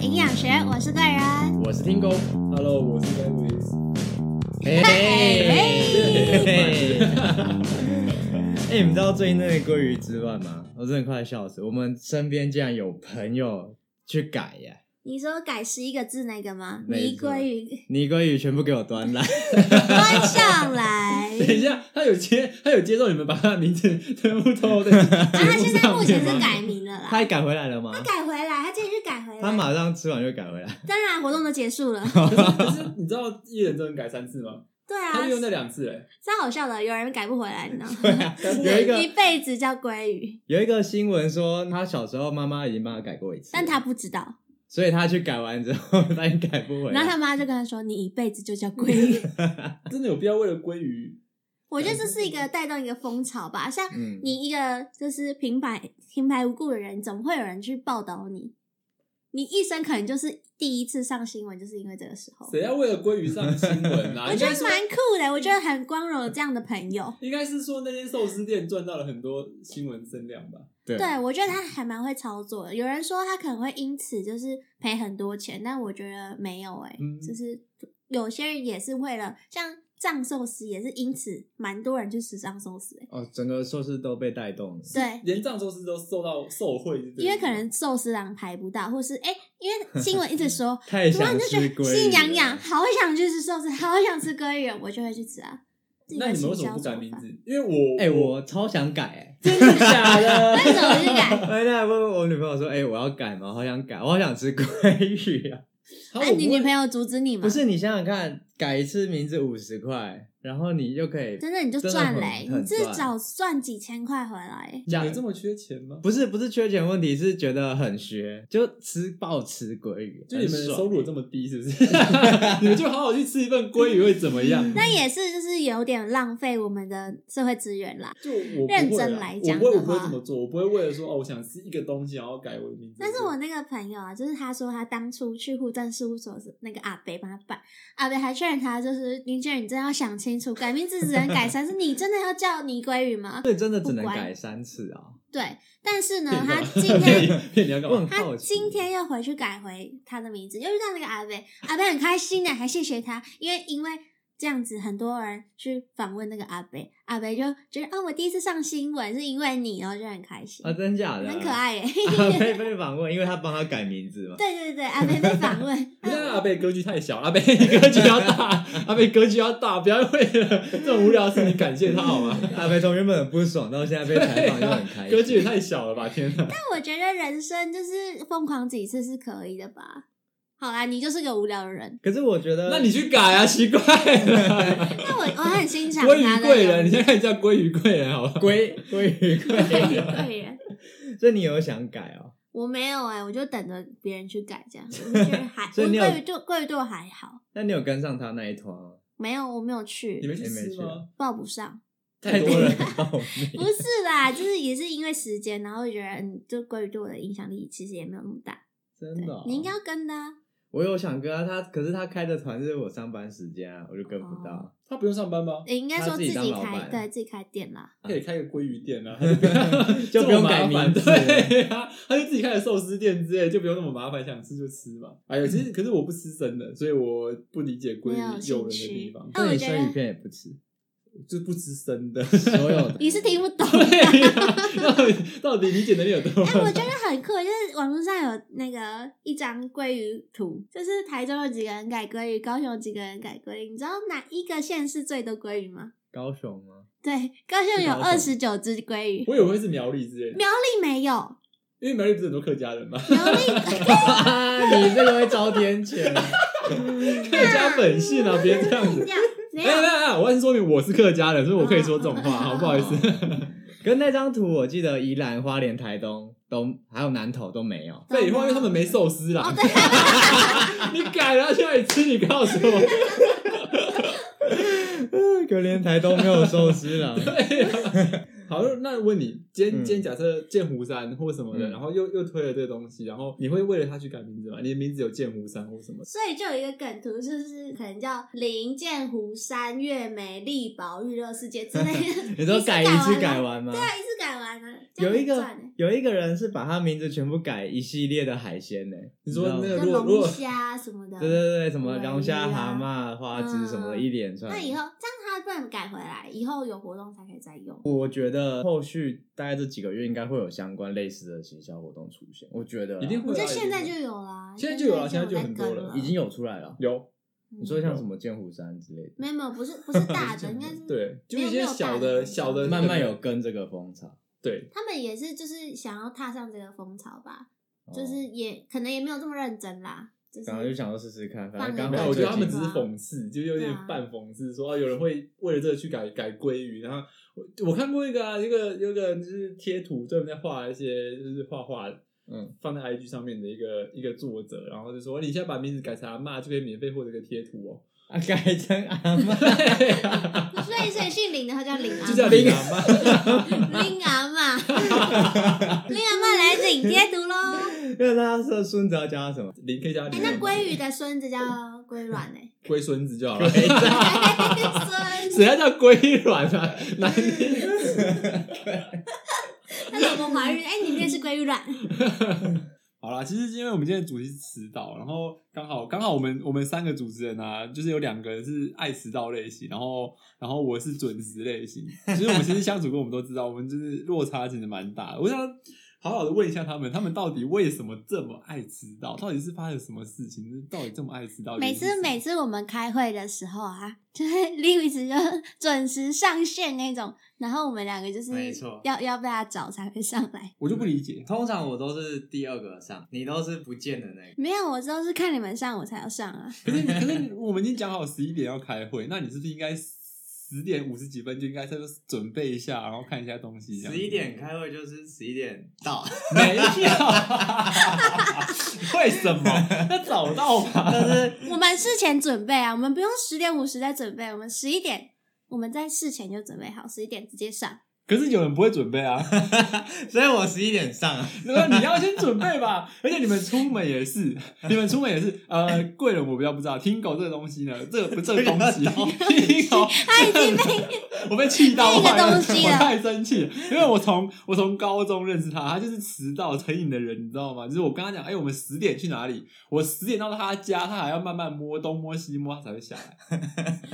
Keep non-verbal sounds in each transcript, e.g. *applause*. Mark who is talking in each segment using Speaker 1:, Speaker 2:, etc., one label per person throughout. Speaker 1: 营养学，我是怪人。
Speaker 2: 我是听工。
Speaker 3: Hello，我是 Lewis。
Speaker 2: 嘿
Speaker 1: 嘿
Speaker 2: 嘿哎，你们知道最近那个鲑鱼之乱吗？我真的快笑死！我们身边竟然有朋友去改耶，
Speaker 1: 你说改十一个字那个吗？
Speaker 2: 没
Speaker 1: 泥
Speaker 2: 错
Speaker 1: 鲑鱼
Speaker 2: 泥鲑鱼全部给我端来。
Speaker 1: 端上来。
Speaker 3: 等
Speaker 2: *laughs*
Speaker 3: 一下，他有接，他有接受你们把他的名字 *laughs* 全部透露在节目上
Speaker 1: 啊，他现在目前是
Speaker 3: 面吗
Speaker 1: 改名了啦，
Speaker 2: 他改回来了吗？
Speaker 1: 改回来，他今天是改回
Speaker 2: 他
Speaker 1: 来。
Speaker 2: 马上吃完就改回来。
Speaker 1: 当然，活动都结
Speaker 2: *laughs*
Speaker 1: 束了。
Speaker 3: 可是你知道一人只能改三次吗？
Speaker 1: 对啊
Speaker 3: 他，就用那两次哎，
Speaker 1: 超好笑的，有人改不回来，你知道吗？
Speaker 2: *laughs* 有一个
Speaker 1: 一辈子叫鲑鱼，
Speaker 2: 有一个新闻说，他小时候妈妈已经帮他改过一次，
Speaker 1: 但他不知道。
Speaker 2: 所以他去改完之后，他也改不回
Speaker 1: 然后他
Speaker 2: 来。
Speaker 1: 妈就跟他说：“你一辈子就叫鲑鱼。
Speaker 3: 真的有必要为了鲑鱼？”
Speaker 1: 我觉得这是一个带动一个风潮吧，像
Speaker 2: 嗯，
Speaker 1: 你一个就是平白平白无故的人，怎么会有人去报道你？你一生可能就是第一次上新闻，就是因为这个时候。
Speaker 3: 谁要为了鲑鱼上新闻啊？
Speaker 1: 我
Speaker 3: 应
Speaker 1: 觉
Speaker 3: 该
Speaker 1: 得
Speaker 3: 说，
Speaker 1: 蛮酷的，我觉得很光荣有这样的朋友。
Speaker 3: 应该是说那间寿司店赚到了很多新闻声量吧？
Speaker 2: 对
Speaker 1: 对，我觉
Speaker 3: 嗯
Speaker 1: 得他还蛮会操作的。有人说他可能会因此就是赔很多钱，但我觉得没有哎、
Speaker 3: 嗯
Speaker 1: 就是有些人也是为了像藏寿司，也是因此蛮多人去吃藏寿司哎、
Speaker 2: 哦，整个寿司都被带动了。，
Speaker 1: 对，
Speaker 3: 连藏寿司都受到受贿是这样，
Speaker 1: 因为可能寿司郎排不到，或是哎、因为新闻一直
Speaker 3: *laughs*
Speaker 1: 说
Speaker 2: 太
Speaker 1: 然后
Speaker 2: 想
Speaker 1: 你就觉
Speaker 2: 吃
Speaker 1: 得
Speaker 2: 鲑鱼，
Speaker 1: 心痒
Speaker 3: 啊
Speaker 1: 痒，。好想去吃寿司，好想吃鲑鱼，我就会去吃啊。
Speaker 3: 那你们为什么不改名？
Speaker 1: *laughs*
Speaker 3: 字？因为我
Speaker 2: 哎、我超想改哎、
Speaker 3: 真的假的？
Speaker 1: 为什么去改？
Speaker 2: 哎，那问问我女朋友说：“哎、我要改吗？好想改，我好想吃鲑鱼啊！
Speaker 3: *laughs* 好
Speaker 1: 哎、
Speaker 3: 我
Speaker 1: 你
Speaker 3: 不会
Speaker 1: 女朋友阻止你吗？
Speaker 2: 不，是你想想看，改一次名字五十块，然后你就可以
Speaker 1: 真的你就
Speaker 2: 真的
Speaker 1: 赚
Speaker 2: 很
Speaker 1: 嘞、
Speaker 2: 很
Speaker 1: 你至
Speaker 2: 赚
Speaker 1: 少赚几千块回来、
Speaker 2: 假
Speaker 3: 有这么缺钱吗？
Speaker 2: 不是不是缺钱问题，是觉得很学，就吃爆吃鲑鱼，
Speaker 3: 就你们
Speaker 2: 很
Speaker 3: 的
Speaker 2: 爽
Speaker 3: 收入有这么低，是不 *laughs* 是？你们就好好去吃一份鲑鱼会怎么样？
Speaker 1: 那也是，就是有点浪费我们的社会资源啦。
Speaker 3: 就我不会啊
Speaker 1: 认真来讲
Speaker 3: 我不
Speaker 1: 的
Speaker 3: 会，我不会
Speaker 1: 话
Speaker 3: 这么做，我不会为了说哦，我想吃一个东西，然后改我的名字。
Speaker 1: 但是我那个朋友啊，就是他说他当初去户政事务所时，那个阿北帮他办，阿北还劝他，就是林娟，你真的要想清楚，改名字只能改三次，你真的要叫泥鲑鱼
Speaker 2: *laughs*
Speaker 1: 吗？
Speaker 2: 对，真的只能改三次 *laughs* 啊！
Speaker 1: 对，但是呢，
Speaker 3: 骗你
Speaker 1: 他
Speaker 3: 干嘛
Speaker 2: *laughs*
Speaker 1: 今天
Speaker 3: 骗你骗你要干
Speaker 2: 我很
Speaker 3: 嘛？
Speaker 1: 他
Speaker 2: 啊好奇，哦
Speaker 1: 今天又回去改回他的名字，又遇到那个阿贝，阿贝很开心的，还谢谢他，因为因为这样子很多人去访问那个阿贝，阿贝就觉得哦，我第一次上新闻是因为你，然哦后就很开心，
Speaker 2: 啊，真假的，
Speaker 1: 很可。爱耶。 *laughs*
Speaker 2: 啊，被被访问，因为他帮他改名字嘛。
Speaker 1: 对对对，阿贝被访问，
Speaker 3: 不是阿贝格局太小，阿贝格局要大，阿贝格局要大，不要为了这种无聊的事情感谢他好吗？
Speaker 2: 阿肥从原本很不爽到现在被采访就很开
Speaker 3: 格局也
Speaker 2: 心。
Speaker 3: 太小了吧！天哪，
Speaker 1: 但我觉得人生就是疯狂几次是可以的吧。好啦，你就是个无聊的人，
Speaker 2: 可是我觉得，
Speaker 3: 那你去改啊，
Speaker 1: *laughs*
Speaker 3: 奇怪了。
Speaker 1: 但我我很欣
Speaker 2: *laughs*
Speaker 1: 赏
Speaker 3: 鲑
Speaker 1: 他
Speaker 3: 鱼
Speaker 1: 的
Speaker 3: 贵
Speaker 1: 勇
Speaker 3: 人，你
Speaker 1: 气。
Speaker 3: 现在叫鲑鱼贵人好
Speaker 2: *laughs*
Speaker 3: 吧？
Speaker 2: 鲑鲑鱼
Speaker 1: 对
Speaker 2: 贵，
Speaker 1: 对人，
Speaker 2: 所以你有想改哦？
Speaker 1: 我没有哎、我就等着别人去改这样，我就觉得还，
Speaker 2: *laughs* 所以
Speaker 1: 我
Speaker 2: 你有
Speaker 1: 对于对对于对我还好。
Speaker 2: 那你有跟上他那一团哦吗？
Speaker 1: 没有，我没有去，
Speaker 3: 你们去
Speaker 2: 也哎没
Speaker 3: 吃
Speaker 2: 去
Speaker 3: 吗？
Speaker 1: 报不
Speaker 2: *laughs*
Speaker 1: 上。
Speaker 2: 太多人报
Speaker 1: 不 *laughs*
Speaker 2: 名，
Speaker 1: 是啦，就是也是因为时间，然后觉得嗯，就鲑鱼对我的影响力其实也没有那么大。对
Speaker 2: 真的哦、
Speaker 1: 你应该要跟的啊、
Speaker 2: 我有想跟啊，他可是他开的团是我上班时间啊，我就跟不到。
Speaker 1: 哦
Speaker 3: 他不用上班吗？
Speaker 1: 你应该
Speaker 2: 他
Speaker 1: 说
Speaker 2: 自己当
Speaker 1: 己
Speaker 2: 老
Speaker 1: 开，
Speaker 2: 板
Speaker 1: 对自己开店啦。
Speaker 3: 可以开个鲑鱼
Speaker 2: *laughs*
Speaker 3: 店啊，
Speaker 2: *laughs* 就不用
Speaker 3: 这么麻
Speaker 2: 改
Speaker 3: 烦
Speaker 2: 名字
Speaker 3: 对啊，他就自己开了寿司店之类，就不用那么麻烦，想吃就吃嘛。哎呀，其
Speaker 2: 嗯
Speaker 3: 实可是我不吃生的，所以我不理解鲑
Speaker 1: 没有
Speaker 3: 鱼诱人
Speaker 1: 兴
Speaker 3: 的
Speaker 1: 趣
Speaker 3: 地方，
Speaker 1: 但
Speaker 2: 那
Speaker 1: 我
Speaker 2: 你
Speaker 1: 觉得
Speaker 2: 生鱼片也不吃，
Speaker 3: 就不吃生的。 *laughs*
Speaker 2: 所有的
Speaker 1: 你是听不懂。
Speaker 3: 对呀、到底到底理解能力有多
Speaker 1: *laughs* 哎、我
Speaker 3: 少？
Speaker 1: 觉得很酷，就是网络上有那个一张鲑鱼图，就是台中有几个人改鲑鱼，高雄有几个人改鲑鱼。你知道哪一个县市最多鲑鱼吗？
Speaker 2: 高雄吗？ *laughs*
Speaker 1: 对，高雄有
Speaker 2: 是
Speaker 1: 二
Speaker 2: 高
Speaker 1: 十
Speaker 2: 雄
Speaker 1: 九只鲑鱼，
Speaker 3: 我以为会是苗栗之类的，
Speaker 1: 苗栗没有，
Speaker 3: 因为苗栗不是很多客家人嘛，
Speaker 1: 苗栗
Speaker 2: 你这个会遭天谴。啊
Speaker 3: 客家本性啊，别这样子。
Speaker 1: 这样嗯没
Speaker 3: 没
Speaker 1: 有哦
Speaker 3: 有没有没有，我先说明我是客家人，所以我可以说这种话，好不好意思？
Speaker 2: 可是那张图我记得宜兰、花莲、台东都还有南投都
Speaker 1: *laughs*
Speaker 2: 没有。
Speaker 3: 废话，因为他们没寿司啦。
Speaker 1: 哦，对，
Speaker 3: *laughs*
Speaker 1: *laughs*
Speaker 3: 你改了，现在你吃，你告诉我。
Speaker 2: 可怜台东没有寿司了。
Speaker 3: 对啊好，那问你，今天
Speaker 2: 嗯
Speaker 3: 今天假设剑湖山或什么的，
Speaker 2: 嗯。
Speaker 3: 然后又又推了这个东西，然后你会为了它去改名字吗？你的名字有剑湖山或什么？
Speaker 1: 所以就有一个梗图，就是可能叫“林建湖山月美丽宝玉乐世界”之类的
Speaker 2: 你说
Speaker 1: 次
Speaker 2: *laughs*
Speaker 1: 完
Speaker 2: 改一
Speaker 1: 了
Speaker 2: 次改完吗？
Speaker 1: 对啊，一次改完了，这样
Speaker 2: 有一
Speaker 1: 很
Speaker 2: 个
Speaker 1: 赚欸
Speaker 2: 有一个人是把他名字全部改一系列的海鲜欸呢、
Speaker 3: 你说那
Speaker 2: 知
Speaker 3: 个
Speaker 2: 道吗
Speaker 1: 像
Speaker 3: 如果如
Speaker 1: 龙
Speaker 3: 果
Speaker 1: 虾什么的。
Speaker 2: 对对对，什么
Speaker 1: 尾
Speaker 2: 龙虾、
Speaker 1: 鱼
Speaker 2: 蛤
Speaker 1: 啊
Speaker 2: 蟆、花枝什么的，
Speaker 1: 嗯
Speaker 2: 一连串。
Speaker 1: 那以后这样他不能改回来，以后有活动才可以再用。
Speaker 2: 我觉得后续大概这几个月应该会有相关类似的行销活动出现，我觉得啦
Speaker 3: 一定会
Speaker 1: 你
Speaker 3: 啊
Speaker 1: 这现在就有啦，
Speaker 3: 现在就有啦
Speaker 1: 现
Speaker 3: 现在就很多了
Speaker 2: 已经有出来了。
Speaker 3: 有
Speaker 1: 你
Speaker 2: 你说像什么剑湖山之类的，
Speaker 1: 嗯没有没有，不是
Speaker 3: *laughs*
Speaker 1: 不是大的，应该是
Speaker 3: 对，就
Speaker 1: 没
Speaker 3: 一
Speaker 1: 有
Speaker 3: 些
Speaker 1: 没有
Speaker 3: 小
Speaker 1: 大
Speaker 3: 的
Speaker 1: 的
Speaker 3: 小的
Speaker 2: 慢慢有跟这个风潮，哦
Speaker 3: 对，
Speaker 1: 他们也是就是想要踏上这个风潮吧，就
Speaker 2: 哦
Speaker 1: 是也可能也没有这么认真啦，就是
Speaker 2: 然后就想说试试看，反正
Speaker 1: 放
Speaker 2: 刚
Speaker 3: 没有，
Speaker 2: 好
Speaker 3: 我觉
Speaker 2: 最
Speaker 3: 得他们
Speaker 2: 近
Speaker 3: 只是
Speaker 1: 对啊
Speaker 3: 讽刺，就有点
Speaker 1: 对啊
Speaker 3: 半讽刺，说啊，有人会为了这个去改改鲑鱼，然后我我看过一个啊，一个有一个就是贴图专门在画一些就是画画，
Speaker 2: 嗯，
Speaker 3: 放在 IG 上面的一个一个作者，然后就说你现在把名字改成阿嬷就可以免费获得一个贴图哦，
Speaker 2: 啊改成阿妈，
Speaker 1: 所以所以姓林的他
Speaker 3: *laughs*
Speaker 1: 叫林啊阿
Speaker 3: 就叫啊
Speaker 1: 嬷
Speaker 3: 林阿嬷，
Speaker 1: 林阿
Speaker 3: *laughs*
Speaker 1: 妈，林阿妈来啊领贴图喽。
Speaker 2: 因为他说孙子要叫他什么？
Speaker 3: 林可以叫他
Speaker 1: 哎、
Speaker 3: 林阿
Speaker 1: 那
Speaker 3: 嬷，
Speaker 1: 鲑鱼的孙子叫龟卵
Speaker 3: *laughs*
Speaker 1: 哎、 *laughs*
Speaker 3: 龟孙子就好了。
Speaker 1: 欸，
Speaker 3: 谁
Speaker 1: 孙，
Speaker 3: 要叫龟卵啊？ *laughs* 难听。
Speaker 1: 他老婆怀孕，哎、你面是龟卵，
Speaker 3: 好啦，其实因为我们今天的主题是迟到，然后刚好刚好我们我们三个主持人啊，就是有两个人是爱迟到类型，然后然后我是准时类型。其实我们其实相处过，我们都知道，我们就是落差其实蛮大的。我想好好的问一下他们，他们到底为什么这么爱迟到？到底是发生什么事情？到底这么爱迟到？
Speaker 1: 每次每
Speaker 3: 次
Speaker 1: 次我们开会的时候啊，就是 Louis 就 *laughs* 准时上线那种，然后我们两个就是
Speaker 2: 没错
Speaker 1: 要要被他找才会上来。
Speaker 3: 我就不理解，
Speaker 2: 通常我都是第二个上，你都是不见的那个。
Speaker 1: 没有，我都是看你们上我才要上
Speaker 3: *laughs*
Speaker 1: 啊。
Speaker 3: 可是你，可是我们已经讲好十一点要开会，那你是不是应该十点五十几分就应该再准备一下，然后看一下东西？
Speaker 2: 11，开会就是十一点到，
Speaker 3: 没有，为什么？那早到 *laughs* 吧。
Speaker 2: 但是
Speaker 1: 我们事前准备啊，我们不用十点五十再准备，我们十一点，我们在事前就准备好，十一点直接上。 *laughs*
Speaker 3: 可是有人不会准备啊，
Speaker 2: *laughs* 所以我十一点上啊。
Speaker 3: 那么你要先准备吧。而且你们出门也是，你们出门也是。呃，贵人我比较不知道，听狗这个东西呢，这个不这个东西，听狗
Speaker 1: 他已经被
Speaker 3: *laughs* 我被气
Speaker 1: 那
Speaker 3: 到
Speaker 1: 个
Speaker 3: 坏了，
Speaker 1: 东西啊
Speaker 3: *laughs* 我
Speaker 1: 了
Speaker 3: 太生气了，因为我从我从高中认识他，他就是迟到成瘾的人，你知道吗？就是我跟他讲，哎、我们十点去哪里？我十点到他家，他还要慢慢摸东摸西摸，他才会下来。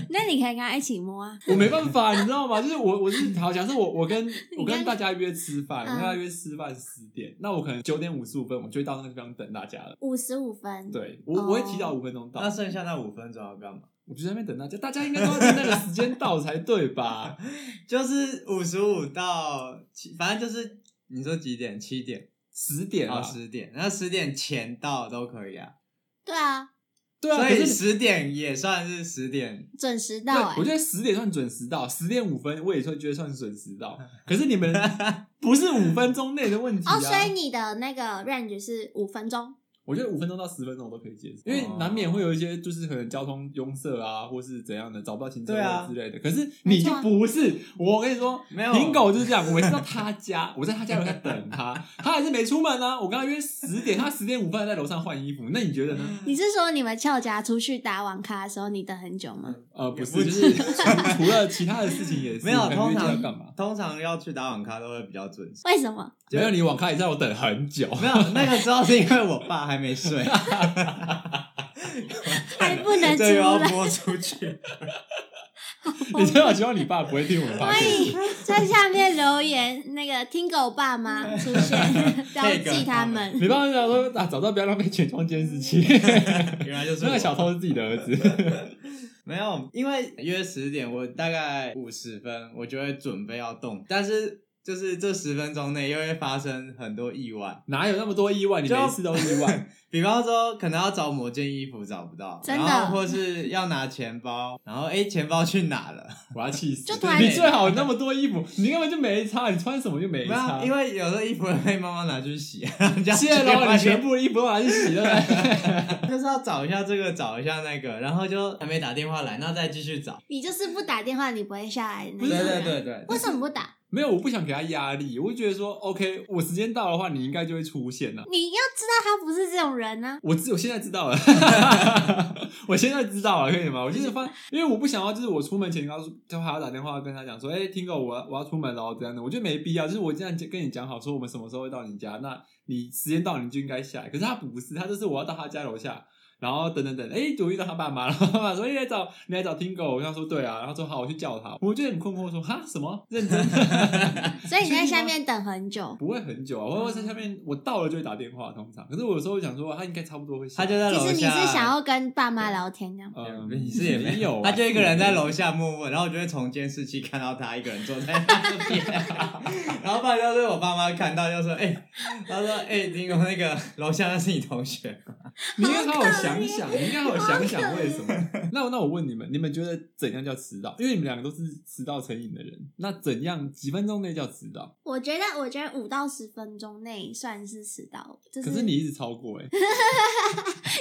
Speaker 1: 那你可以跟他一起摸啊。
Speaker 3: 我没办法，你知道吗？就是我我是好，假设我我
Speaker 1: *laughs*
Speaker 3: 跟我跟
Speaker 1: 你看
Speaker 3: 大家约吃饭，
Speaker 1: 嗯
Speaker 3: 我跟大家约吃饭十点，那我可能九点五十五分我就会到那个地方等大家了。
Speaker 1: 五十五分，
Speaker 3: 对我
Speaker 1: 哦
Speaker 3: 我会提早五分钟到，
Speaker 2: *laughs* 那剩下那五分钟要干嘛？
Speaker 3: 我就在那边等大家，大家应该都要在那个时间到才对吧？
Speaker 2: 就是五十五到七，反正就是你说几点？七点
Speaker 3: 十点
Speaker 2: 到
Speaker 3: 啊，
Speaker 2: 十点，那十点前到都可以啊。
Speaker 1: 对啊，
Speaker 3: 对啊，
Speaker 2: 所
Speaker 3: 可
Speaker 2: 以
Speaker 3: 是
Speaker 2: 十点也算是十点。
Speaker 1: 准时到
Speaker 3: 对，
Speaker 1: 哎、
Speaker 3: 我觉得十点算准时到，十点五分我也算觉得算准时
Speaker 2: *laughs*
Speaker 3: 到。可是你们不是五分钟内的问题啊！
Speaker 1: 哦，所以你的那个 range 是五分钟，
Speaker 3: 我觉得五分钟到十分钟我都可以接受，因为
Speaker 2: 哦
Speaker 3: 难免会有一些就是可能交通拥塞啊，或是怎样的找不到停车位
Speaker 2: 对啊
Speaker 3: 之类的。可是
Speaker 1: 没
Speaker 3: 你就
Speaker 1: 错啊
Speaker 3: 不是，我跟你说，
Speaker 2: 没有
Speaker 3: 林狗就是这样。我每次到他家，我在他家楼下
Speaker 2: *laughs*
Speaker 3: 等他，他还是没出门啊。我跟他约十点，他十点五分还在楼上换衣服。那你觉得
Speaker 2: 嗯
Speaker 3: 呢？
Speaker 1: 你是说你们翘家出去打网咖的时候，你等很久吗？
Speaker 3: 呃，不是，
Speaker 2: 不
Speaker 3: 就是是除除了其他的事情也是
Speaker 2: *laughs* 没有，
Speaker 3: 可能
Speaker 2: 通
Speaker 3: 约见
Speaker 2: 常
Speaker 3: 要干嘛？
Speaker 2: 通常要去打网咖都会比较准时。
Speaker 1: 为什么？
Speaker 3: 没有，你网咖也在我等很久。
Speaker 2: 没有，那个时候是因为我爸还没 *laughs* 睡，
Speaker 1: 还不能出
Speaker 2: 这又要
Speaker 1: 来？
Speaker 2: 播出 *laughs* 去。
Speaker 3: *laughs* 你真的希望你爸不会听我们
Speaker 1: 欢
Speaker 3: 发言？
Speaker 1: 迎在下面留言，那个听狗爸
Speaker 3: *laughs*
Speaker 1: 妈出现，标记他们。
Speaker 3: 你爸就想说啊，早知道不要浪费钱装监
Speaker 1: *laughs*
Speaker 3: 视器，
Speaker 2: 原来就是
Speaker 3: 那
Speaker 2: 我
Speaker 3: 个小偷是自己的儿子。
Speaker 2: 没有，因为约十点，我大概五十分，我就会准备要动，但是就是这十分钟内又会发生很多意外。
Speaker 3: 哪有那么多意外？你
Speaker 2: 就
Speaker 3: 每次都意外。
Speaker 2: 比方说，可能要找某件衣服找不到，
Speaker 1: 真的
Speaker 2: 然后或是要拿钱包，然后哎，钱包去哪了？
Speaker 3: 我要气死！
Speaker 1: 就突然
Speaker 3: 你最好有那么多衣服，你根本就没差，你穿什么就没
Speaker 2: 没
Speaker 3: 差。
Speaker 2: 有，因为有的衣服会被妈妈拿去洗，人家
Speaker 3: 谢喽，你全
Speaker 2: 部
Speaker 3: 部衣服都拿去洗了。
Speaker 2: 就是要找一下这个，找一下那个，然后就还没打电话来，那再继续找。
Speaker 1: 你就是不打电话，你不会下来的那
Speaker 3: 不
Speaker 1: 种
Speaker 3: 是
Speaker 1: 人。
Speaker 2: 对对对对，
Speaker 1: 为什么不打？
Speaker 3: 没有，我不想给他压力，我就觉得说，OK，我时间到的话，你应该就会出现啊了、
Speaker 1: 你要知道他不是这种人啊呢、
Speaker 3: 我只我现在知道了，我现在知道了，可以吗？我就是发，因为我不想要，就是我出门前告诉他还要打电话跟他讲说，哎、听狗，我要我要出门了，这哦样的，我觉得没必要。就是我这样跟你讲好，说我们什么时候会到你家，那你时间到你就应该下来。可是他不是，他就是我要到他家楼下。然后等等等，哎，我遇到他爸妈，然后他 *laughs* 爸妈说：“哎，你来找你来找听狗。”我跟他说：“对啊。”然后说：“好，我去叫他。”我就很困惑说：“哈，什么认真？” *laughs*
Speaker 1: 所以你在
Speaker 3: 确定
Speaker 1: 下
Speaker 3: 吗
Speaker 1: 面等很久，
Speaker 3: 不会很久啊，我会在下面，我到了就会打电话，通常。可是我有时候想说，他应该差不多会下。
Speaker 2: 他就在
Speaker 1: 其
Speaker 2: 楼
Speaker 1: 实
Speaker 2: 下。
Speaker 1: 你是想要跟爸妈聊天这样。
Speaker 3: 呃，
Speaker 2: 也是也没
Speaker 3: 有啊，
Speaker 2: 嗯 *laughs* 他就一个人在楼下默默，然后我就会从监视器看到他一个人坐在那边，然后不然就是我爸妈看到就说：“哎、他说哎，林、勇那个楼下那是你同学吗
Speaker 3: 你应该好好
Speaker 1: 啊
Speaker 3: 想想，你应该好好想想为什么。那那我问你们，你们觉得怎样叫迟到？因为你们两个都是迟到成瘾的人，那怎样几分钟内叫迟到？
Speaker 1: 我觉得，我觉得五到十分钟内算是迟到，就是
Speaker 3: 可是你一直超
Speaker 1: *laughs*
Speaker 3: 过哎、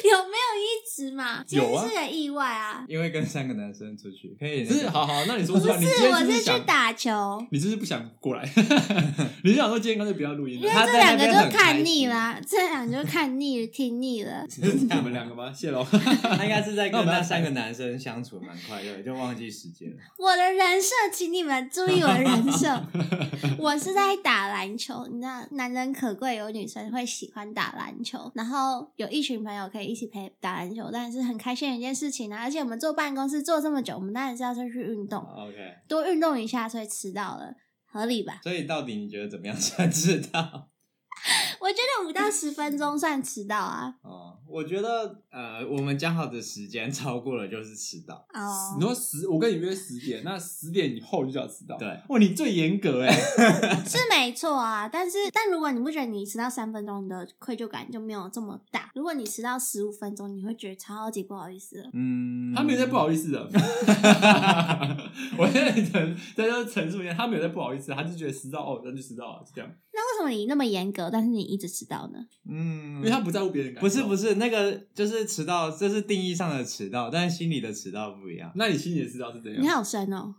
Speaker 1: 有没有一直嘛？今
Speaker 3: 有
Speaker 1: 天
Speaker 3: 啊
Speaker 1: 是个意外啊！
Speaker 2: 因为跟三个男生出去可以、
Speaker 3: 可
Speaker 2: 那
Speaker 3: 是
Speaker 2: 个。
Speaker 3: 好好，那你说
Speaker 1: 不
Speaker 3: 出
Speaker 1: 是，
Speaker 3: 来，你今天
Speaker 1: 我
Speaker 3: 是不
Speaker 1: 是
Speaker 3: 是
Speaker 1: 去
Speaker 3: 想，
Speaker 1: 打球，
Speaker 3: 你是不是不想过来？ *laughs* 你是想说今天干脆不要
Speaker 1: *laughs*
Speaker 3: 录音啊
Speaker 1: 因为
Speaker 3: 了？
Speaker 2: 他
Speaker 1: 这
Speaker 2: 在
Speaker 1: 两个
Speaker 2: 那边很
Speaker 1: 就
Speaker 2: 开
Speaker 1: 看腻
Speaker 2: 心 *laughs*
Speaker 1: 啦， *laughs* 这两个就看腻了，听腻了。
Speaker 3: 是这样我们两个吗？
Speaker 1: *laughs*
Speaker 3: 谢喽。
Speaker 2: 他应该是在
Speaker 3: 那我
Speaker 2: 跟
Speaker 3: 们要
Speaker 2: 那三个男生相处蛮快乐，就忘记时间了。
Speaker 1: 我的人设，请你们注意我的人
Speaker 2: *laughs*
Speaker 1: 设，我是在打篮球。你知道，男人可贵，有女生会喜欢打篮球，然后有一群朋友可以一起陪打篮球，当然是很开心的一件事情啊。而且我们坐办公室坐这么久，我们当然是要出去运动，
Speaker 2: OK，
Speaker 1: 多运动一下，所以迟到了，合理吧？
Speaker 2: 所以到底你觉得怎么样算迟到？
Speaker 1: 我觉得五到十分钟算迟到啊。
Speaker 2: *laughs* 哦，我觉得呃，我们讲好的时间超过了就是迟到。
Speaker 1: 哦、
Speaker 3: 你说十，我跟你约十点，那十点以后就叫迟到。
Speaker 2: 对，
Speaker 3: 哇，你最严格哎、
Speaker 1: 是没错啊，但是但如果你不觉得你迟到三分钟，你的愧疚感就没有这么大。如果你迟到十五分钟，你会觉得超级不好意思了。
Speaker 2: 嗯，
Speaker 3: 他没有在不好意
Speaker 2: *laughs*
Speaker 3: 思的。我现在陈在这陈述一下，他没有在不好意思，他就觉得迟到哦，那就迟到了，是这样，
Speaker 1: 那为什么你那么严格，但是你一直迟到呢？
Speaker 2: 嗯，
Speaker 3: 因为他不在乎别人感受。
Speaker 2: 不是不，是，那个就是迟到，这是定义上的迟到，但是心里的迟到不一样。 *laughs*
Speaker 3: 那你心里也知道是怎
Speaker 1: 你
Speaker 3: 样。
Speaker 1: 好深哦、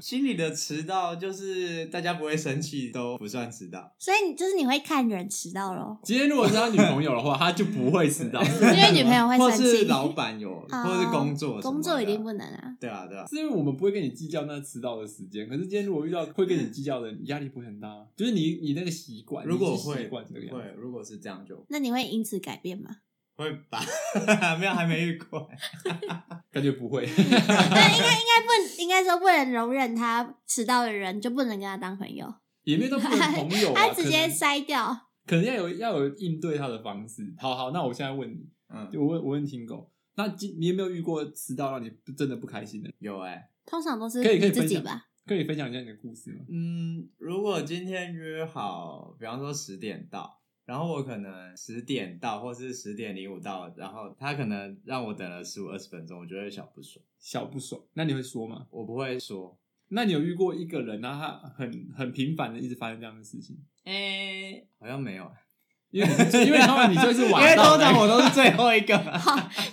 Speaker 2: 心里的迟到就是大家不会生气，都不算迟到。
Speaker 1: 所以你就是你会看人迟到
Speaker 3: *laughs*
Speaker 1: 咯，
Speaker 3: 今天如果是他女朋友的话，他就不会迟到，
Speaker 1: *laughs* 因为女朋友会
Speaker 2: 或
Speaker 1: 生气。
Speaker 2: 是老
Speaker 1: *laughs*
Speaker 2: 板有，或是工
Speaker 1: 哦
Speaker 2: 作什么的，
Speaker 1: 工作一定不能啊。
Speaker 2: 对啊对啊。
Speaker 3: 是因为我们不会跟你计较那迟到的时间。可是今天如果遇到会跟你计较的人，压力不会很大吗，就是你你那个习惯，
Speaker 2: 如果
Speaker 3: 你是习
Speaker 2: 会
Speaker 3: 惯这个
Speaker 1: 啊
Speaker 3: 样
Speaker 2: 会
Speaker 3: 子，，
Speaker 2: 如果是这样就
Speaker 1: 那你会因此改变吗？ *laughs*
Speaker 2: 会吧， *laughs* 没有还没遇过。 *laughs*
Speaker 3: 感觉不会。 *laughs*
Speaker 1: 但应该应该不应该说不能容忍他迟到的人，就不能跟他当朋友，
Speaker 3: 也没有到不能朋友、啊，
Speaker 1: *laughs* 他直接
Speaker 3: 哦可能
Speaker 1: 筛掉。
Speaker 3: 可能要有要有应对他的方式。好好，那我现在问你，
Speaker 2: 嗯，
Speaker 3: 就我问我问听狗，那今你有没有遇过迟到让你真的不开心的？
Speaker 2: 有哎、
Speaker 1: 通常都是
Speaker 3: 可以可以
Speaker 1: 你自己
Speaker 3: 分享
Speaker 1: 吧。
Speaker 3: 可以分享一下你的故事吗？
Speaker 2: 嗯，如果今天约好，比方说十点到，然后我可能十点到，或是十点零五到，然后他可能让我等了十五二十分钟，我就会小不爽。
Speaker 3: 小不爽，那你会说吗？
Speaker 2: 我不会说，
Speaker 3: 那你有遇过一个人，然后他很很频繁的一直发生这样的事情？
Speaker 2: 哎、好像没有，欸
Speaker 3: 因为你是因为他们你 *laughs* 就是
Speaker 2: 因
Speaker 3: 晚
Speaker 2: 为
Speaker 3: 到
Speaker 2: 通
Speaker 3: 的，
Speaker 2: 常我都是最后一个，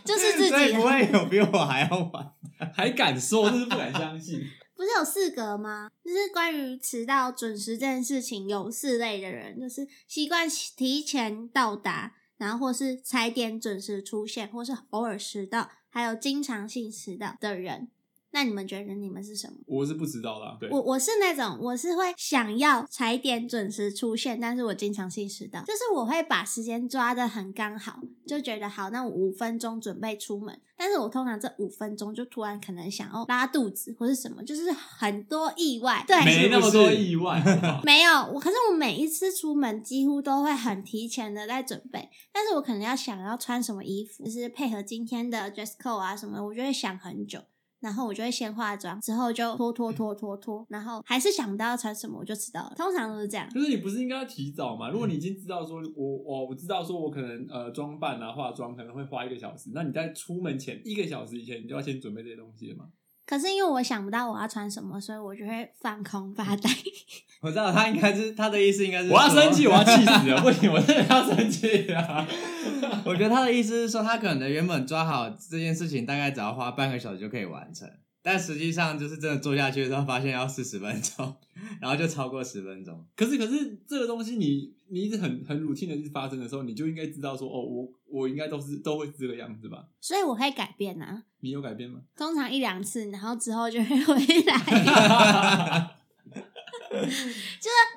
Speaker 1: 就是自己
Speaker 2: *laughs*
Speaker 1: 啊
Speaker 2: 所以不会有比我还要晚。
Speaker 3: 还敢说，真是不敢相信。
Speaker 1: 不是有四格吗？就是关于迟到、准时这件事情，有四类的人，就是习惯提前到达，然后或是踩点准时出现，或是偶尔迟到，还有经常性迟到的人。那你们觉得你们是什么？
Speaker 3: 我是不知道啦，对，
Speaker 1: 我我是那种，我是会想要踩点准时出现，但是我经常性迟到，就是我会把时间抓的很刚好，就觉得好，那我五分钟准备出门，但是我通常这五分钟就突然可能想要拉肚子或是什么，就是很多意外，对。
Speaker 3: 没那么多意外， *laughs* 好不好
Speaker 1: 没有，我可是我每一次出门几乎都会很提前的在准备，但是我可能要想要穿什么衣服，就是配合今天的 dress code 啊什么，我就会想很久，然后我就会先化妆，之后就拖拖拖拖拖，然后还是想不到要穿什么，我就迟到了，通常都是这样。
Speaker 3: 就是你不是应该要提早吗？如果你已经知道说，我哦我我知道说我可能呃装扮啊化妆可能会花一个小时，那你在出门前一个小时以前，你就要先准备这些东西了嘛？
Speaker 1: 可是因为我想不到我要穿什么，所以我就会放空发呆。 *laughs*
Speaker 2: 我知道他应该是他的意思，应该是
Speaker 3: 我要
Speaker 2: 说
Speaker 3: 生气，我要气死了！不行，我真的要生气啊！
Speaker 2: *laughs*
Speaker 3: *laughs*
Speaker 2: 我觉得他的意思是说，他可能原本抓好这件事情，大概只要花半个小时就可以完成，但实际上就是真的做下去的时候，发现要四十分钟， *laughs* 然后就超过十分钟。 *laughs*
Speaker 3: 可是可是这个东西你你一直很很 routine 的一直发生的时候，你就应该知道说哦，我我应该都是都会是这个样子吧？
Speaker 1: 所以我会改变啊，
Speaker 3: 你有改变吗？
Speaker 1: 通常一两次，然后之后就会回来。 *laughs*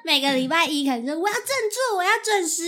Speaker 1: 每个礼拜一可能就我要振作，我要准时，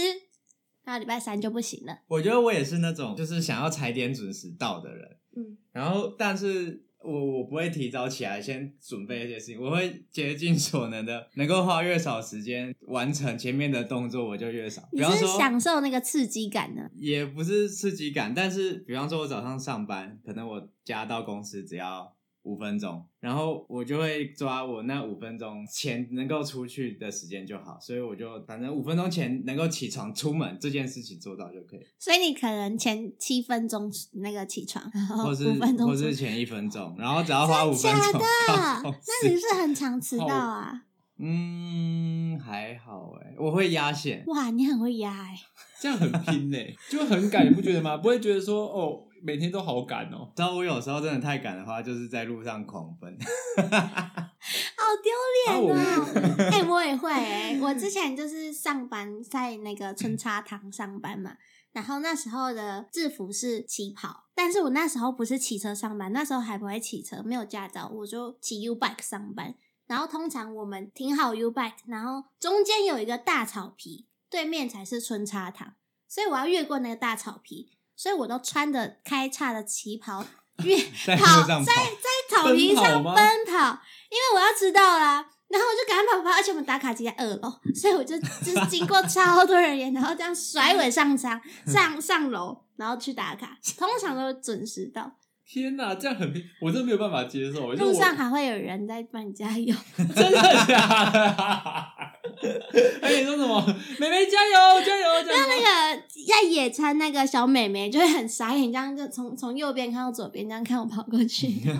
Speaker 1: 那礼拜三就不行了。
Speaker 2: 我觉得我也是那种就是想要踩点准时到的人，
Speaker 1: 嗯，
Speaker 2: 然后但是我我不会提早起来先准备一些事情，我会竭尽所能的，能够花越少时间完成前面的动作，我就越少。比
Speaker 1: 你
Speaker 2: 方
Speaker 1: 是
Speaker 2: 说，
Speaker 1: 享受那个刺激感呢？
Speaker 2: 也不是刺激感，但是比方说我早上上班，可能我家到公司只要。五分钟，然后我就会抓我那五分钟前能够出去的时间就好，所以我就反正五分钟前能够起床出门这件事情做到就可以了。
Speaker 1: 所以你可能前七分钟那个起床，然后
Speaker 2: 或是
Speaker 1: 哦五分钟
Speaker 2: 或是
Speaker 1: 出
Speaker 2: 前一分钟，然后只要啊花五分
Speaker 1: 真假
Speaker 2: 钟
Speaker 1: 的
Speaker 2: 到？公
Speaker 1: 那你
Speaker 2: 司。
Speaker 1: 是很常迟到啊？
Speaker 2: 嗯，还好哎，我会压线。
Speaker 1: 哇，你很会压
Speaker 2: *laughs*
Speaker 1: 哎、
Speaker 3: 这样很拼呢、就很赶，你不觉得吗？不会觉得说哦，每天都好赶哦。
Speaker 2: 然后我有时候真的太赶的话，就是在路上狂
Speaker 1: *laughs*
Speaker 2: 奔。
Speaker 1: 好丢脸
Speaker 3: 啊
Speaker 1: 哦！哎、我也会 *laughs* 哎、我之前就是上班在那个春茶堂上班嘛，然后那时候的制服是旗袍，但是我那时候不是骑车上班，那时候还不会骑车，没有驾照，我就骑 U bike 上班。然后通常我们停好 U bike，然后中间有一个大草皮，对面才是春茶堂，所以我要越过那个大草皮，所以我都穿着开叉的旗袍越
Speaker 2: 在路
Speaker 1: 跑，
Speaker 2: 上
Speaker 1: 在
Speaker 2: 跑
Speaker 1: 在草坪上
Speaker 3: 奔跑吗
Speaker 1: 奔跑，因为我要迟到啦。然后我就赶快跑跑跑，而且我们打卡机在二楼，所以我就
Speaker 3: *laughs*
Speaker 1: 就是经过超多人员，然后这样甩尾上场，上上楼，然后去打卡，通常都准时
Speaker 3: *laughs*
Speaker 1: 到。
Speaker 3: 天哪，这样很拼，我真的没有办法接受。就
Speaker 1: 路
Speaker 3: 我
Speaker 1: 上
Speaker 3: *laughs*
Speaker 1: 还会有人在帮你加油，
Speaker 3: 真的假 *laughs* 的？而且哎说什么，妹妹加油加油加油！
Speaker 1: 那个在野餐那个小美眉就会很傻眼，这样就从从右边看到左边，这样看我跑过
Speaker 3: *laughs*
Speaker 1: 去。
Speaker 3: 然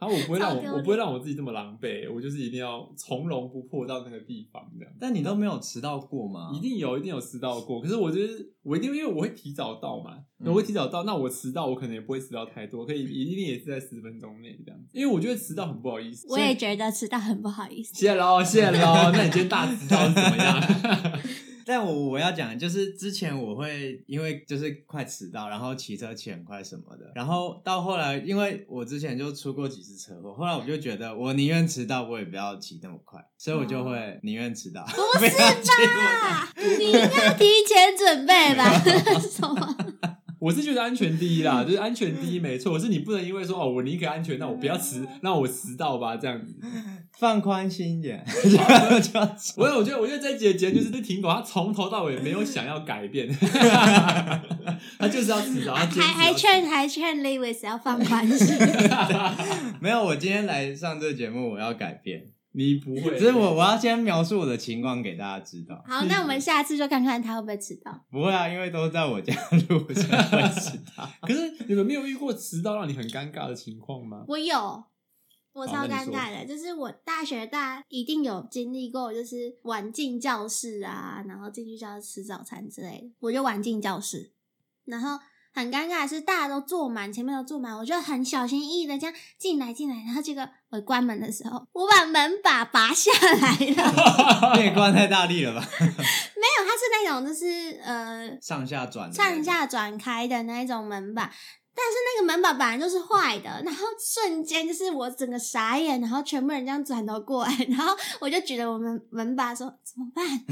Speaker 3: 后我不会让
Speaker 1: 超丢
Speaker 3: 我
Speaker 1: 脸
Speaker 3: 我不会让我自己这么狼狈，我就是一定要从容不迫到那个地方这样。
Speaker 2: 但你都没有迟到过吗？
Speaker 3: 一定有，一定有迟到过。可是我就是我一定，因为我会提早到嘛，
Speaker 2: 嗯
Speaker 3: 我会提早到。那我迟到，我可能也不会迟到太多，可
Speaker 1: 嗯
Speaker 3: 以一定也是在十分钟内这样。因为我觉得迟到很不好意思。
Speaker 1: 我
Speaker 3: 所
Speaker 1: 也
Speaker 3: 以
Speaker 1: 觉得迟到很不好意思。
Speaker 3: 谢喽，
Speaker 1: *laughs*
Speaker 3: 谢喽。那你今天大迟到是怎么样？ *laughs*
Speaker 2: 但我我要讲，就是之前我会因为就是快迟到，然后骑车前快什么的，然后到后来，因为我之前就出过几次车祸，后来我就觉得我宁愿迟到，我也不要骑那么快，所以我就会宁愿迟到。哦不是吧？
Speaker 1: 啊，你应该提前准备
Speaker 3: *laughs*
Speaker 1: 吧？ *laughs* 什么？
Speaker 3: 我是觉得安全第一啦，就是安全第一没错。可是你不能因为说哦，我宁可安全，那我不要迟，
Speaker 1: 嗯
Speaker 3: 那我迟到吧这样子。
Speaker 2: 放宽心一点， *laughs* 就
Speaker 3: 我我觉得我觉得这节节就是听狗，他从头到尾没有想要改 *laughs* 变，他就是要迟到，他坚持
Speaker 1: 还还
Speaker 3: 要迟
Speaker 1: 劝还劝 Lewis 要放宽心，
Speaker 2: 没有，我今天来上这个节目，我要改变。
Speaker 3: 你不会，欸
Speaker 2: 只是我我要先描述我的情况给大家知道。
Speaker 1: 好，那我们下次就看看他会不会迟到。
Speaker 2: 不会啊，因为都在我家录，所以会迟到。
Speaker 3: 可是你们没有遇过迟到让你很尴尬的情况吗？
Speaker 1: 我有，我
Speaker 3: 好
Speaker 1: 超
Speaker 3: 那
Speaker 1: 尴
Speaker 3: 你
Speaker 1: 尬的，就是我大学大一定有经历过，就是晚进教室啊，然后进去教室吃早餐之类的，我就晚进教室，然后。很尴尬的是，大家都坐满，前面都坐满，我就很小心翼翼的这样进来进来，然后结果我关门的时候，我把门把拔下来了。 *laughs*
Speaker 2: *laughs* 你也关太大力了吧？
Speaker 1: 没有，它是那种就是呃
Speaker 2: 上下转的那
Speaker 1: 上
Speaker 2: 种，
Speaker 1: 下转开的那一种门把，但是那个门把本来就是坏的，然后瞬间就是我整个傻眼，然后全部人这样转头过来，然后我就举着我们门把说怎么办？
Speaker 2: *laughs*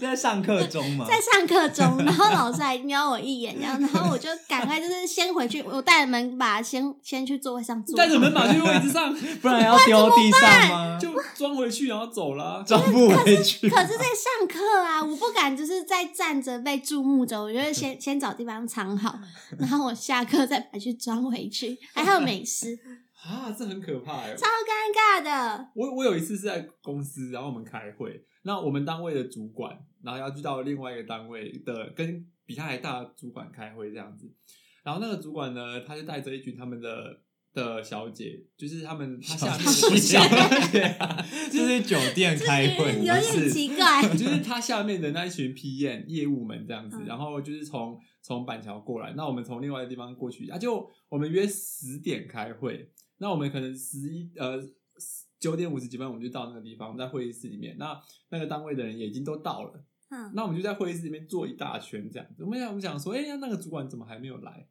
Speaker 2: 在上课中嘛。
Speaker 1: 在上课中，然后老师还瞄我一眼，这样，然后我就赶快就是先回去，我带着门把先先去座位上坐好，
Speaker 3: 带着门把去位
Speaker 1: *laughs*
Speaker 3: 置上，
Speaker 2: 不然要丢地上吗？
Speaker 3: 就装回去，然后走啦。
Speaker 2: 装不回去。
Speaker 1: 可是，在上课啊，我不敢就是在站着被注目着，我就会先先找地方藏好，然后我下课再把去装回去，还好没事，
Speaker 3: 啊，这很可怕哎、
Speaker 1: 超尴尬的。
Speaker 3: 我我有一次是在公司，然后我们开会，那我们单位的主管，然后要去到另外一个单位的跟比他还大的主管开会这样子，然后那个主管呢，他就带着一群他们的的小姐，就是他们他下面
Speaker 2: 小
Speaker 3: 的
Speaker 2: 姐
Speaker 3: 小姐，
Speaker 2: 这是酒店开会，
Speaker 1: 有点
Speaker 2: 不
Speaker 1: *laughs*
Speaker 2: 是
Speaker 3: *laughs*
Speaker 1: 奇怪，
Speaker 3: 就是他下面的那一群 PM 业务们这样子，
Speaker 1: 嗯
Speaker 3: 然后就是从从板桥过来，那我们从另外的地方过去，啊，就我们约十点开会，那我们可能十一呃九点五十几分我们就到那个地方，我们在会议室里面，那那个单位的人也已经都到了，
Speaker 1: 嗯，
Speaker 3: 那我们就在会议室里面坐一大圈这样子。我们想，我们想说，哎、那个主管怎么还没有来？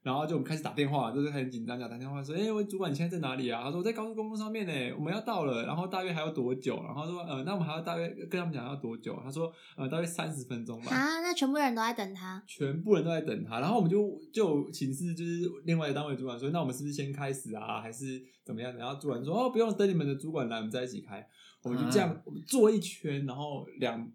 Speaker 3: 然后就我们开始打电话，就是很紧张，讲打电话说，哎、喂，主管你现在在哪里啊？他说我在高速公路上面呢，我们要到了，然后大约还要多久？然后说，呃，那我们还要大约跟他们讲要多久？他说，呃，大约三十分钟吧。
Speaker 1: 啊，那全部人都在等他，
Speaker 3: 全部人都在等他，然后我们就就请示，就是另外的单位主管说，那我们是不是先开始啊，还是怎么样？然后主管说，哦，不用等你们的主管来，我们再一起开。我们就这样，我们坐一圈，然后两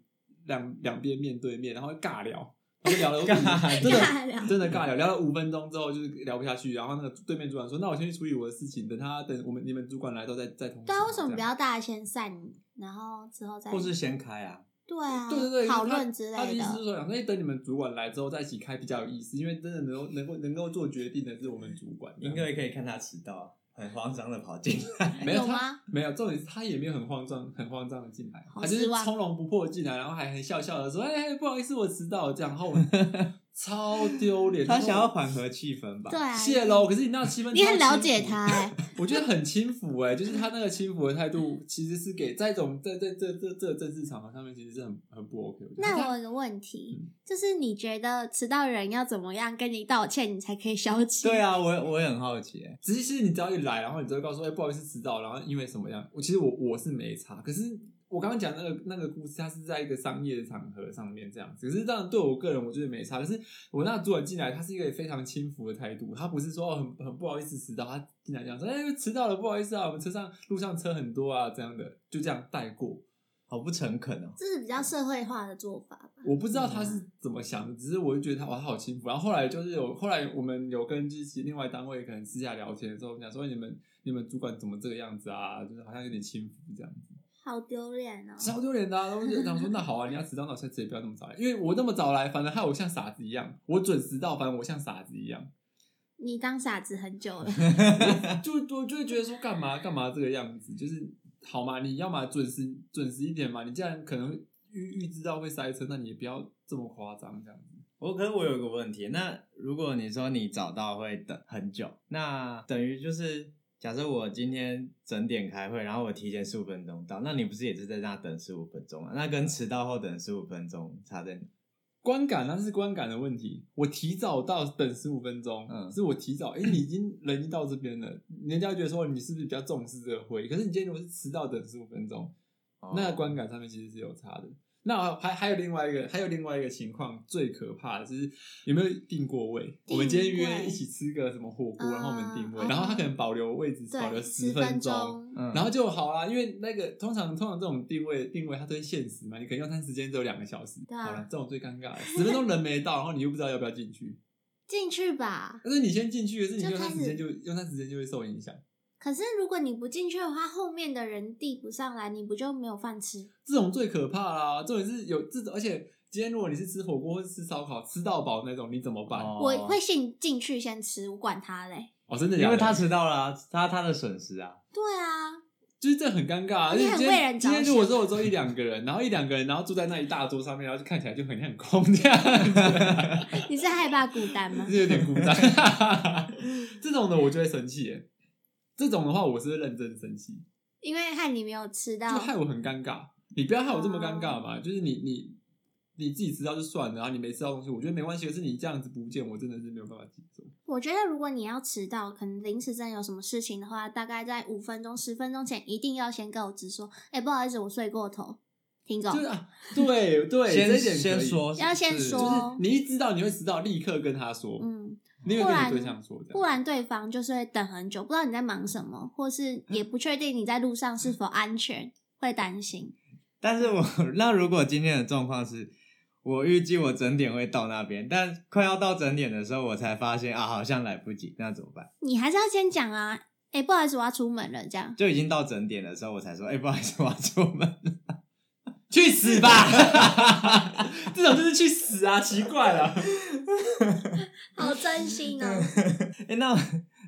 Speaker 3: 两两边面对面，然后尬聊，然后聊了
Speaker 2: 尬
Speaker 1: *laughs*
Speaker 3: 真的
Speaker 1: 尬聊
Speaker 3: 真的尬聊，聊了五分钟之后就是聊不下去，然后那个对面主管说，那我先去处理我的事情，等他等我们你们主管来都再再通知。
Speaker 1: 对啊，为什么不
Speaker 3: 这样？
Speaker 1: 要大家先散，然后之后再
Speaker 2: 或是先开啊，
Speaker 1: 对啊，
Speaker 3: 对对对，
Speaker 1: 讨
Speaker 3: 他
Speaker 1: 论之
Speaker 3: 他的
Speaker 1: 类
Speaker 3: 意思是
Speaker 1: 的，
Speaker 3: 说，想说，哎，等你们主管来之后再一起开比较有意思，因为真的能够能够能够做决定的是我们主管。
Speaker 2: 应该可以看他迟到，啊很慌张的跑进来。
Speaker 3: 没有
Speaker 1: 有
Speaker 3: 他
Speaker 1: 吗？
Speaker 3: 没有，重点是他也没有很慌张，很慌张的进来，
Speaker 1: 好
Speaker 3: 他就是
Speaker 1: 失望
Speaker 3: 从容不迫地进来，然后还很笑笑的说：“哎、哎不好意思，我迟到了。”这样，然
Speaker 2: *laughs*
Speaker 3: 后我超丢脸。
Speaker 2: 他想要缓和气氛吧？
Speaker 1: 对啊，
Speaker 3: 谢喽，可是你那气氛，
Speaker 1: 你很了解他，哎、
Speaker 3: 我觉得很轻浮哎、就是他那个轻浮的态度，其实是给在这种在在这这这政治场合上面，其实是很很不 OK 我觉得。
Speaker 1: 那
Speaker 3: 他
Speaker 1: 我有个问题，
Speaker 3: 嗯
Speaker 1: 就是你觉得迟到人要怎么样跟你道歉，你才可以消气？
Speaker 2: 对啊，我我也很好奇欸，
Speaker 3: 只是你只要一来，然后你就会告诉我，哎、不好意思迟到，然后因为什么样？我其实我我是没差，可是我刚刚讲那个那个故事，它是在一个商业的场合上面这样子。可是当然对我个人，我觉得没差。可是我那主管进来，他是一个非常轻浮的态度，他不是说哦很很不好意思迟到，他进来这样说，哎、迟到了，不好意思啊，我们车上路上车很多啊，这样的就这样带过。
Speaker 2: 好不诚恳哦。
Speaker 1: 这是比较社会化的做法吧？
Speaker 3: 我不知道他是怎么想的，只是我就觉得他哇，他好轻浮。然后后来就是有后来我们有跟就是另外单位可能私下聊天的时候，我们讲说哎你们你们主管怎么这个样子啊，就是好像有点轻浮这样子，
Speaker 1: 好丢脸哦！
Speaker 3: 超丢脸的、啊。然后我就想说那好啊，你要迟到，那我下次也不要那么早来，因为我那么早来，反正害我像傻子一样，我准时到，反正我像傻子一样， *laughs*
Speaker 1: 你当傻子很久了，
Speaker 3: 就我就会觉得说干嘛干嘛这个样子，就是好嘛，你要嘛准时准时一点嘛，你既然可能预预知到会塞车，那你也不要这么夸张这样子。
Speaker 2: 我可是我有个问题，那如果你说你找到会等很久，那等于就是假设我今天整点开会，然后我提前十五分钟到，那你不是也是在那等十五分钟吗？啊那跟迟到后等十五分钟差在哪？
Speaker 3: 观感那是观感的问题。我提早到等十五分钟，
Speaker 2: 嗯
Speaker 3: 是我提早，哎、 *coughs* 你已经人已经到这边了，人家会觉得说你是不是比较重视这个会议？可是你今天如果是迟到等十五分钟，哦那个观感上面其实是有差的。那还还有另外一个，还有另外一个情况最可怕的就是有没有订过位？我们今天约一起吃个什么火锅，
Speaker 1: 嗯
Speaker 3: 然后我们订位，
Speaker 1: 嗯
Speaker 3: 然后他可能保留位置保留
Speaker 1: 对，
Speaker 3: 十
Speaker 1: 十
Speaker 3: 分钟，
Speaker 1: 钟，
Speaker 2: 嗯，
Speaker 3: 然后就好啊啦，因为那个通常通常这种定位定位它都是限时嘛，你可能用餐时间只有两个小时，
Speaker 1: 对啊
Speaker 3: 好了，这种最尴尬了，十分钟人没到，然后你又不知道要不要进去，
Speaker 1: 进去吧。
Speaker 3: 但是你先进去，可是你
Speaker 1: 就
Speaker 3: 用餐
Speaker 1: 开
Speaker 3: 时
Speaker 1: 始
Speaker 3: 间就用餐时间就会受影响。
Speaker 1: 可是如果你不进去的话，后面的人递不上来，你不就没有饭吃？
Speaker 3: 这种最可怕啦，重点是有这种，而且今天如果你是吃火锅或是吃烧烤吃到饱那种，你怎么办？哦，
Speaker 1: 我会先进去先吃，我管他嘞。
Speaker 3: 真的假的，
Speaker 2: 因为他迟到了、啊，他他的损失啊。
Speaker 1: 对啊，
Speaker 3: 就是这很尴尬、啊，
Speaker 1: 而且
Speaker 3: 因为今
Speaker 1: 很为人
Speaker 3: 天
Speaker 1: 着
Speaker 3: 今天
Speaker 1: 想
Speaker 3: 如果说我只有一两个人，然后一两个人，然后坐在那一大桌上面，然后就看起来就很很空这样子。
Speaker 1: 你是害怕孤单
Speaker 3: *laughs*
Speaker 1: 吗
Speaker 3: 就？是有点孤单。 *laughs* 这种的我就会生气耶，这种的话我是会认真生气，
Speaker 1: 因为害你没有吃
Speaker 3: 就
Speaker 1: 到，
Speaker 3: 害我很尴尬。你不要害我这么
Speaker 1: 哦
Speaker 3: 尴尬嘛，就是你你你自己吃到就算了，然后你没吃到东西，我觉得没关系。可是你这样子不见，我真的是没有办法接受。
Speaker 1: 我觉得如果你要迟到，可能临时真的有什么事情的话，大概在五分钟、十分钟前，一定要先告知说，哎、不好意思，我睡过头，听懂
Speaker 3: 就？是啊，对对，
Speaker 2: 先
Speaker 3: 这一点可以
Speaker 2: 先，说，
Speaker 1: 要先
Speaker 2: 是
Speaker 1: 说
Speaker 3: 就是你一知道你会迟到，立刻跟他说，
Speaker 1: 嗯，
Speaker 3: 立刻
Speaker 1: 不
Speaker 3: 跟
Speaker 1: 然
Speaker 3: 你对象说，这
Speaker 1: 不
Speaker 3: 样。
Speaker 1: 然对方就是会等很久，不知道你在忙什么，或是也不确定你在路上是否安全，会担心。
Speaker 2: 但是我 *laughs* 那如果今天的状况是，我预计我整点会到那边，但快要到整点的时候，我才发现啊，好像来不及，那怎么办？
Speaker 1: 你还是要先讲啊，哎、不好意思，我要出门了，这样。
Speaker 2: 就已经到整点的时候，我才说，哎、不好意思，我要出门。 *laughs*
Speaker 3: 去死吧！ *laughs* 这种就是去死啊，奇
Speaker 2: *laughs*
Speaker 3: 怪了。
Speaker 1: 好真心哦，
Speaker 2: 哎、那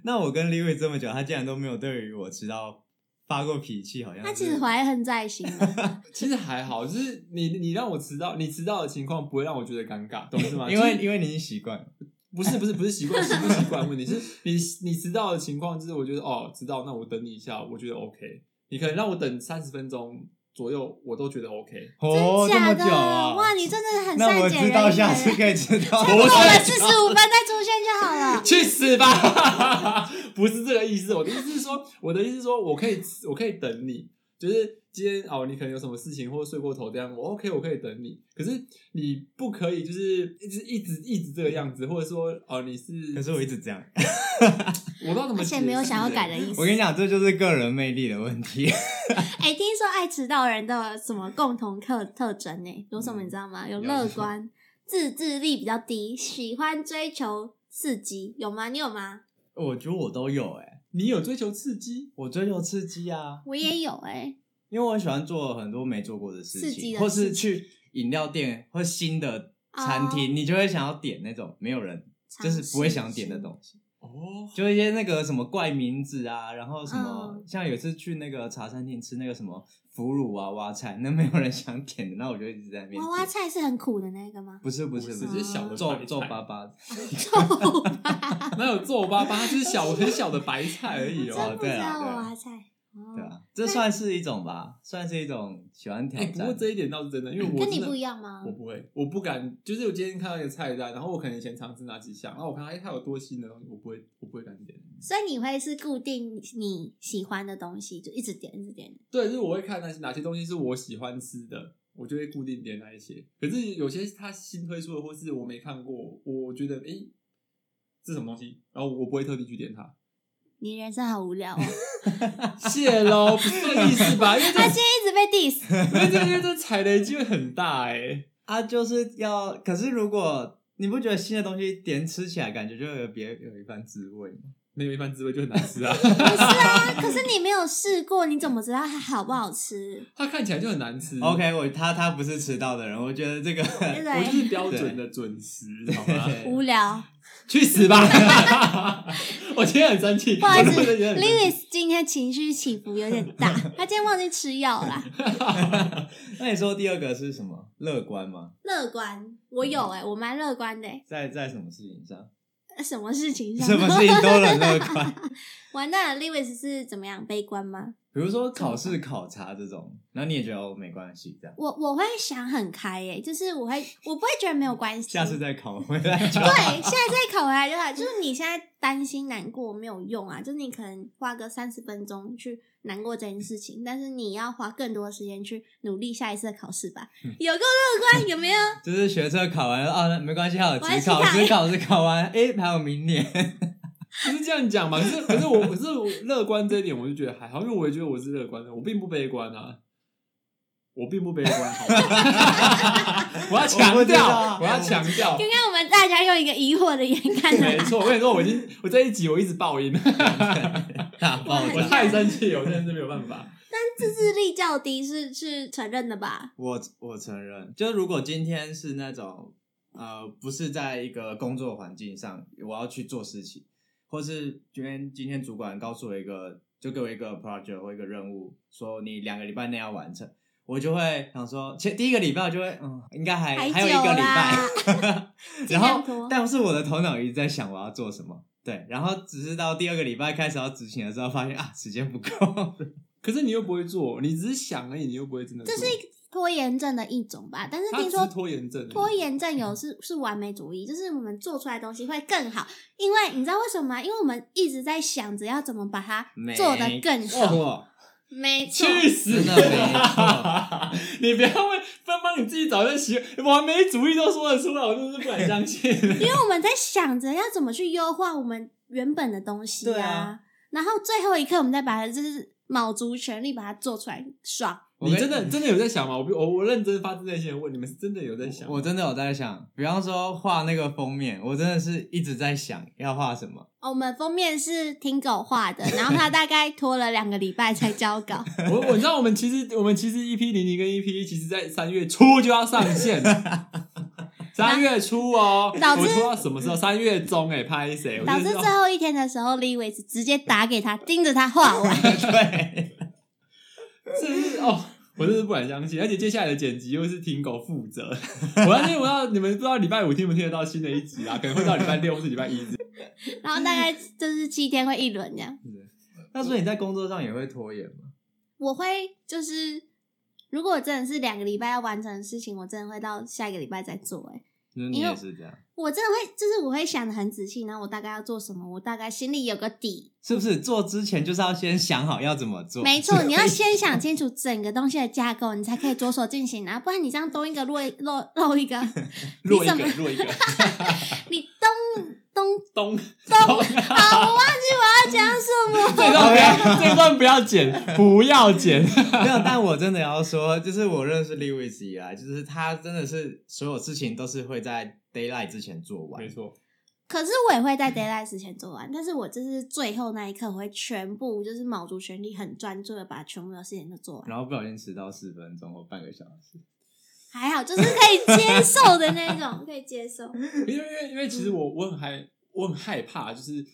Speaker 2: 那我跟 Liu 这么久，他竟然都没有对于我迟到发过脾气，好像
Speaker 1: 他
Speaker 2: 是
Speaker 1: 其实怀恨在心的，
Speaker 3: 其实还好，就是你你让我迟到，你迟到的情况不会让我觉得尴尬，懂是吗？
Speaker 2: *laughs* 因为
Speaker 3: 就是
Speaker 2: 因为你已经习惯了，
Speaker 3: 不是不是不是习惯习不习惯的问题，是你你迟到的情况，就是我觉得哦，迟到，那我等你一下，我觉得 OK。你可能让我等三十分钟左右，我都觉得 OK。
Speaker 2: 哦，这
Speaker 1: 假
Speaker 2: 么
Speaker 1: 的
Speaker 2: 久啊！
Speaker 1: 哇，你真的很
Speaker 2: 那
Speaker 1: 善
Speaker 2: 我
Speaker 1: 解人
Speaker 2: 知
Speaker 1: 意。
Speaker 2: 道下次可以知道，
Speaker 1: 超过了四十五分再出现就好了。
Speaker 3: 去死吧！ *laughs* 不是这个意思，我的意思是说，我的意思是说，我可以，我可以等你，就是今天哦，你可能有什么事情或者睡过头这样，我 OK，我可以等你。可是你不可以就是一直一直一直这个样子，或者说哦，你是
Speaker 2: 可是我一直这样。
Speaker 3: 我不知道怎么
Speaker 1: 而
Speaker 3: 解释
Speaker 1: 且
Speaker 3: 欸，
Speaker 1: 没有想要改的意
Speaker 2: *laughs* 我
Speaker 1: 思。
Speaker 2: 跟你讲，这就是个人魅力的问题。
Speaker 1: 哎、听说爱迟到人都有什么共同特特征呢、有什么你知道
Speaker 2: 嗯
Speaker 1: 吗？有乐观，自制力比较低，喜欢追求刺激，有吗？你有吗？
Speaker 2: *laughs* 我觉得我都有哎、
Speaker 3: 你有追求刺激，
Speaker 2: 我追求刺激啊，
Speaker 1: 我也有哎、
Speaker 2: 因为我很喜欢做很多没做过的事情，
Speaker 1: 刺激的
Speaker 2: 或
Speaker 1: 事
Speaker 2: 是
Speaker 1: 情
Speaker 2: 去饮料店或新的餐厅，你就会想要点那种没有人
Speaker 1: 哦
Speaker 2: 就是不会想点的东西，
Speaker 1: *laughs*
Speaker 3: 哦，
Speaker 2: 就一些那个什么怪名字啊，然后什么、
Speaker 1: 嗯
Speaker 2: 像有一次去那个茶餐厅吃那个什么腐乳娃娃菜，那没有人想点的，那我就一直在那边
Speaker 1: 娃娃
Speaker 2: 点
Speaker 1: 菜是很苦的那个
Speaker 2: *laughs*
Speaker 1: 吗？ *laughs*
Speaker 2: 不是不
Speaker 3: 不
Speaker 2: 是不
Speaker 3: 是
Speaker 1: 就是是小的
Speaker 2: 皱
Speaker 3: 白
Speaker 2: 皱
Speaker 3: 菜
Speaker 2: 巴巴，
Speaker 1: 臭吧，
Speaker 3: 哪有皱巴巴，就是小很小的白菜而
Speaker 1: *laughs*
Speaker 3: 已
Speaker 1: 真
Speaker 3: 哦。
Speaker 1: 不知
Speaker 2: 对啊
Speaker 1: 道
Speaker 2: 对啊
Speaker 1: 娃娃菜。哦
Speaker 2: 对啊，这算是一种吧，算是一种喜欢挑
Speaker 3: 哎、
Speaker 2: 战。
Speaker 3: 不过这一点倒是真的，因为我
Speaker 1: 跟你
Speaker 3: 真的
Speaker 1: 不一样吗
Speaker 3: 我？不会，我不敢。就是我今天看到一个菜单，然后我可能以前尝试哪几项，然后我看到哎、它有多新的东西，我不会，我不会敢点。
Speaker 1: 所以你会是固定你喜欢的东西，就一直点一直点。
Speaker 3: 对，就是我会看那些哪些东西是我喜欢吃的，我就会固定点哪一些。可是有些它新推出的，或是我没看过，我觉得哎、这什么东西，然后我不会特地去点它。
Speaker 1: 你人生好无
Speaker 3: *laughs*
Speaker 1: 聊、哦，
Speaker 3: 谢喽，不是这个意思吧？因为
Speaker 1: *laughs*
Speaker 3: 这
Speaker 1: 他今天一直被 diss，
Speaker 3: 因为这因为这踩雷机会很大哎、
Speaker 2: 啊，就是要，可是如果你不觉得新的东西点吃起来感觉就有别有一番滋味吗？
Speaker 3: 没有一番滋味就很难吃啊。
Speaker 1: 不是啊？可是你没有试过，你怎么知道它好不好吃？
Speaker 3: 它看起来就很难
Speaker 2: *laughs*
Speaker 3: 吃。
Speaker 2: OK，我他他不是迟到的人，我觉得这个
Speaker 1: *laughs*
Speaker 2: *laughs*
Speaker 1: 对
Speaker 3: 我就
Speaker 1: 不
Speaker 3: 是标准的准时，好吗？
Speaker 1: 对？无
Speaker 3: *laughs*
Speaker 1: 聊。
Speaker 3: 去死吧！ *laughs* 我今天很生气，
Speaker 1: 不好意思
Speaker 3: 我真的觉得很生气
Speaker 1: ，Lewis 今天情绪起伏有点大，他今天忘记吃药啦。
Speaker 2: 那你说第二个是什么？乐观吗？
Speaker 1: 乐观，我有哎、我蛮乐观的、欸。呃
Speaker 2: 在在什么事
Speaker 1: *laughs*
Speaker 2: 情上？
Speaker 1: 什么事情上？
Speaker 2: 什么事情都能乐观？
Speaker 1: *laughs* 完蛋了，Lewis 是怎么样？悲观吗？
Speaker 2: 比如说考
Speaker 1: 嗯
Speaker 2: 试、考察这种，然后你也觉得哦没关系，这样
Speaker 1: 我我会想很开哎、就是我会，我不会觉得没有关系。
Speaker 2: 下次再考回来就
Speaker 1: 对，下次再考回来就好。就是你现在担心难过没有用啊，就是你可能花个三十分钟去难过这件事情，但是你要花更多的时间去努力下一次的考试吧。
Speaker 2: 嗯
Speaker 1: 有够乐观，有没有？
Speaker 2: 就是学测考完啊，那没关系，还有
Speaker 1: 我还
Speaker 2: 职
Speaker 1: 是
Speaker 2: 考，
Speaker 1: 考
Speaker 2: 职考是考完，诶，还有明年。 *laughs*
Speaker 3: 不是这样讲嘛？可是可是我可是我乐观这一点，我就觉得还好，因为我也觉得我是乐观的，我并不悲观啊，我并不悲观，好吧？我要
Speaker 2: 我不
Speaker 3: 强
Speaker 2: 知道
Speaker 3: 调
Speaker 2: 啊，
Speaker 3: 我要强
Speaker 1: *laughs*
Speaker 3: 调
Speaker 1: 刚，刚我们大家用一个疑惑的眼看
Speaker 3: 没
Speaker 1: 着他，
Speaker 3: 错。我跟你说，我已经我这一集我一直爆音，
Speaker 2: 大爆
Speaker 3: 我
Speaker 2: 炸！
Speaker 3: 太生气了，我真的是没有办法。
Speaker 1: 自制力较低是是承认的吧？
Speaker 2: 我我承认，就是如果今天是那种呃，不是在一个工作环境上，我要去做事情，或是今天今天主管告诉我一个，就给我一个 project 或一个任务，说你两个礼拜内要完成，我就会想说，前第一个礼拜我就会嗯，应该还
Speaker 1: 还
Speaker 2: 还有一个礼
Speaker 1: 久
Speaker 2: 拜， *laughs*
Speaker 1: 尽
Speaker 2: 然
Speaker 1: 量
Speaker 2: 后
Speaker 1: 拖
Speaker 2: 但是我的头脑一直在想我要做什么。对，然后只是到第二个礼拜开始要执行的时候，发现啊，时间不够。
Speaker 3: *laughs* 可是你又不会做，你只是想而已，你又不会真的做。
Speaker 1: 这是拖延症的一种吧？但是
Speaker 3: 他
Speaker 1: 听
Speaker 3: 只
Speaker 1: 说
Speaker 3: 是拖延症而已，
Speaker 1: 拖延症有是是完美主义，就是我们做出来的东西会更好，因为你知道为什么吗？因为我们一直在想着要怎么把它做得更好。
Speaker 2: 错，
Speaker 1: 没
Speaker 3: *laughs*
Speaker 1: 错，
Speaker 3: 去死
Speaker 2: 真的没
Speaker 3: *laughs* 你不要问，帮帮你自己找一个习惯，完美主义都说得出来，我真的是不敢相
Speaker 1: *laughs*
Speaker 3: 信。
Speaker 1: 因为我们在想着要怎么去优化我们原本的东西
Speaker 2: 对
Speaker 1: 啊
Speaker 2: 啊，
Speaker 1: 然后最后一刻我们再把它就是卯足全力把它做出来，爽。
Speaker 2: 我
Speaker 3: 你
Speaker 2: 跟
Speaker 3: 真的真的有在想吗？我不我我认真发自内心的问，你们是真的有
Speaker 1: *laughs*
Speaker 3: 在想吗？
Speaker 2: 我真的有在想，比方说画那个封面，我真的是一直在想要画什么。
Speaker 1: 哦我们封面是听狗画的，然后他大概拖了两个礼拜才交稿。
Speaker 3: 我我知道我们其实我们其实 EP 零零跟 EP 一，其实在三月初就要上
Speaker 1: *laughs*
Speaker 3: 线了。三月初哦，
Speaker 1: 导致
Speaker 3: 我说到什么时候？三月中哎、拍谁？我
Speaker 1: 导致
Speaker 3: 真的是
Speaker 1: 最后一天的时候，Lewis 直接打给他，盯着他画完。
Speaker 2: 对，
Speaker 3: 是不是哦？我真是不敢相信，而且接下来的剪辑又是听狗负责。 *laughs* 我要听，我要你们不知道礼拜五听不听得到新的一集啊？可能会到礼拜六或是礼拜一之类的。
Speaker 1: 然后大概就是七天会一轮这样。
Speaker 2: 那所以你在工作上也会拖延吗？
Speaker 1: 我会就是，如果真的是两个礼拜要完成的事情，我真的会到下一个礼拜再做、欸。
Speaker 2: 就是你
Speaker 1: 因为
Speaker 2: 也是这样，
Speaker 1: 我真的会，就是我会想的很仔细，然后我大概要做什么，我大概心里有个底。
Speaker 2: 是不是？做之前就是要先想好要怎么做。
Speaker 1: 没错，你要先想清楚整个东西的架构，你才可以着手进行啊，不然你这样东一个漏一漏漏一个，
Speaker 3: 弱一
Speaker 1: 你
Speaker 3: 个
Speaker 1: 怎么，
Speaker 3: 弱一个，
Speaker 1: 你东东
Speaker 3: *laughs* 咚咚。
Speaker 1: 啊，我忘记我要讲什么。
Speaker 3: 这段不要，这段不要剪，不要 *laughs* 剪。
Speaker 2: 没有，但我真的要说，就是我认识 Lewis 以来，就是他真的是所有事情都是会在 d a y l i g h t 之前做完。
Speaker 3: 错，
Speaker 1: *laughs* 可是我也会在 d a y l i g h t 之前做完，但是我就是最后那一刻，我会全部就是卯足全力，很专注的把全部的事情都做完。
Speaker 2: 然后不小心迟到四分钟或半个小时，
Speaker 1: 还好，就是可以接受的那一种，可以接受。 *laughs*
Speaker 3: 因为因为因为其实我我很害我很害怕就是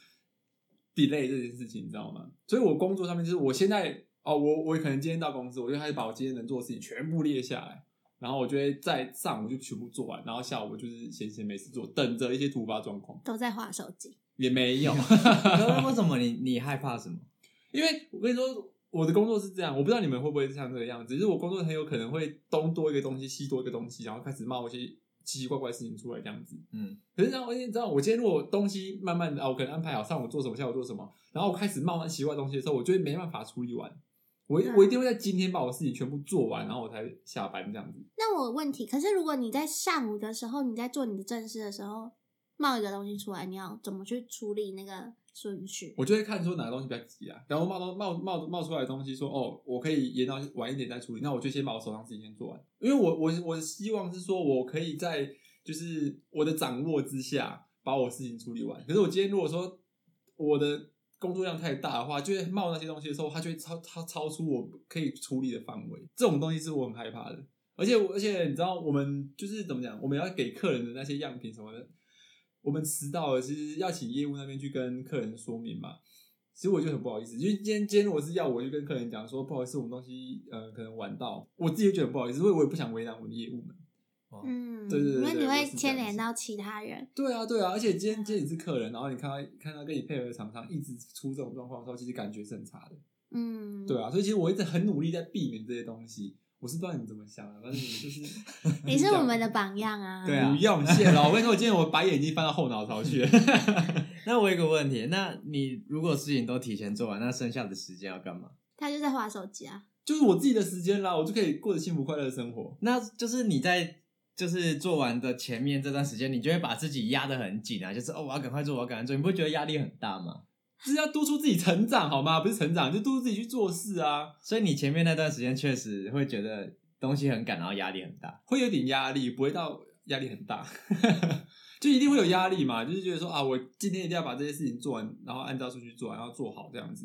Speaker 3: delay 这件事情，你知道吗？所以我工作上面就是我现在哦，我我可能今天到公司，我就开始把我今天能做的事情全部列下来，然后我就会在上午就全部做完，然后下午我就是闲闲没事做，等着一些突发状况
Speaker 1: 都在划手机，
Speaker 3: 也没有。
Speaker 2: 可是为什么你你害怕什么？
Speaker 3: 因为我跟你说，我的工作是这样，我不知道你们会不会是像这个样子，就是我工作很有可能会东多一个东西，西多一个东西，然后开始冒一些奇奇怪怪的事情出来这样子。
Speaker 2: 嗯，
Speaker 3: 可是然后你知道，我今天如果东西慢慢的啊，我可能安排好上午做什么，下午做什么，然后我开始冒那奇怪的东西的时候，我就会没办法处理完。我一
Speaker 1: 嗯
Speaker 3: 我一定会在今天把我自己全部做完，然后我才下班这样子。
Speaker 1: 那我有问题，可是如果你在上午的时候，你在做你的正事的时候，冒一个东西出来，你要怎么去处理那个顺序？
Speaker 3: 我就会看说哪个东西比较急啊，然后冒到冒冒冒出来的东西说哦，我可以延到晚一点再处理，那我就先把我手上事情先做完，因为我我我希望是说我可以在就是我的掌握之下把我事情处理完。可是我今天如果说我的工作量太大的话，就会冒那些东西的时候，它就会超超超出我可以处理的范围，这种东西是我很害怕的。而且我而且你知道，我们就是怎么讲，我们要给客人的那些样品什么的，我们迟到了，其实要请业务那边去跟客人说明嘛。其实我就很不好意思，因为今天今天我是要我就跟客人讲说，不好意思，我们东西呃可能晚到，我自己也觉得很不好意思，因为我也不想为难我的业务们。
Speaker 1: 嗯，
Speaker 3: 对对对
Speaker 1: 因
Speaker 3: 对
Speaker 1: 为你
Speaker 3: 我
Speaker 1: 会
Speaker 3: 是这样
Speaker 1: 牵连
Speaker 3: 子
Speaker 1: 到其他人。
Speaker 3: 对啊，对啊，而且今天今天你是客人，然后你看到看到跟你配合的厂商一直出这种状况的时候，其实感觉是很差的。
Speaker 1: 嗯，
Speaker 3: 对啊，所以其实我一直很努力在避免这些东西。我是不知道你们怎么想的，但是你就是 *laughs*
Speaker 1: 你是我们的榜样啊。
Speaker 2: 对啊
Speaker 3: 不用谢
Speaker 2: *laughs*
Speaker 3: 了。我跟你说，我今天我白眼已经翻到后脑勺去了。
Speaker 2: 那我有一个问题，那你如果事情都提前做完，那剩下的时间要干嘛？
Speaker 1: 他就在划手机啊。
Speaker 3: 就是我自己的时间啦，我就可以过着幸福快乐的生活。
Speaker 2: 那就是你在就是做完的前面这段时间，你就会把自己压得很紧啊，就是哦，我要赶快做，我要赶快做，你不会觉得压力很大吗？
Speaker 3: 就是要督促自己成长，好吗？不是成长，就督促自己去做事啊，
Speaker 2: 所以你前面那段时间确实会觉得东西很赶，然后压力很大。
Speaker 3: 会有点压力，不会到压力很大， *laughs* 就一定会有压力嘛。就是觉得说啊，我今天一定要把这些事情做完，然后按照顺序做完，然后做好这样子，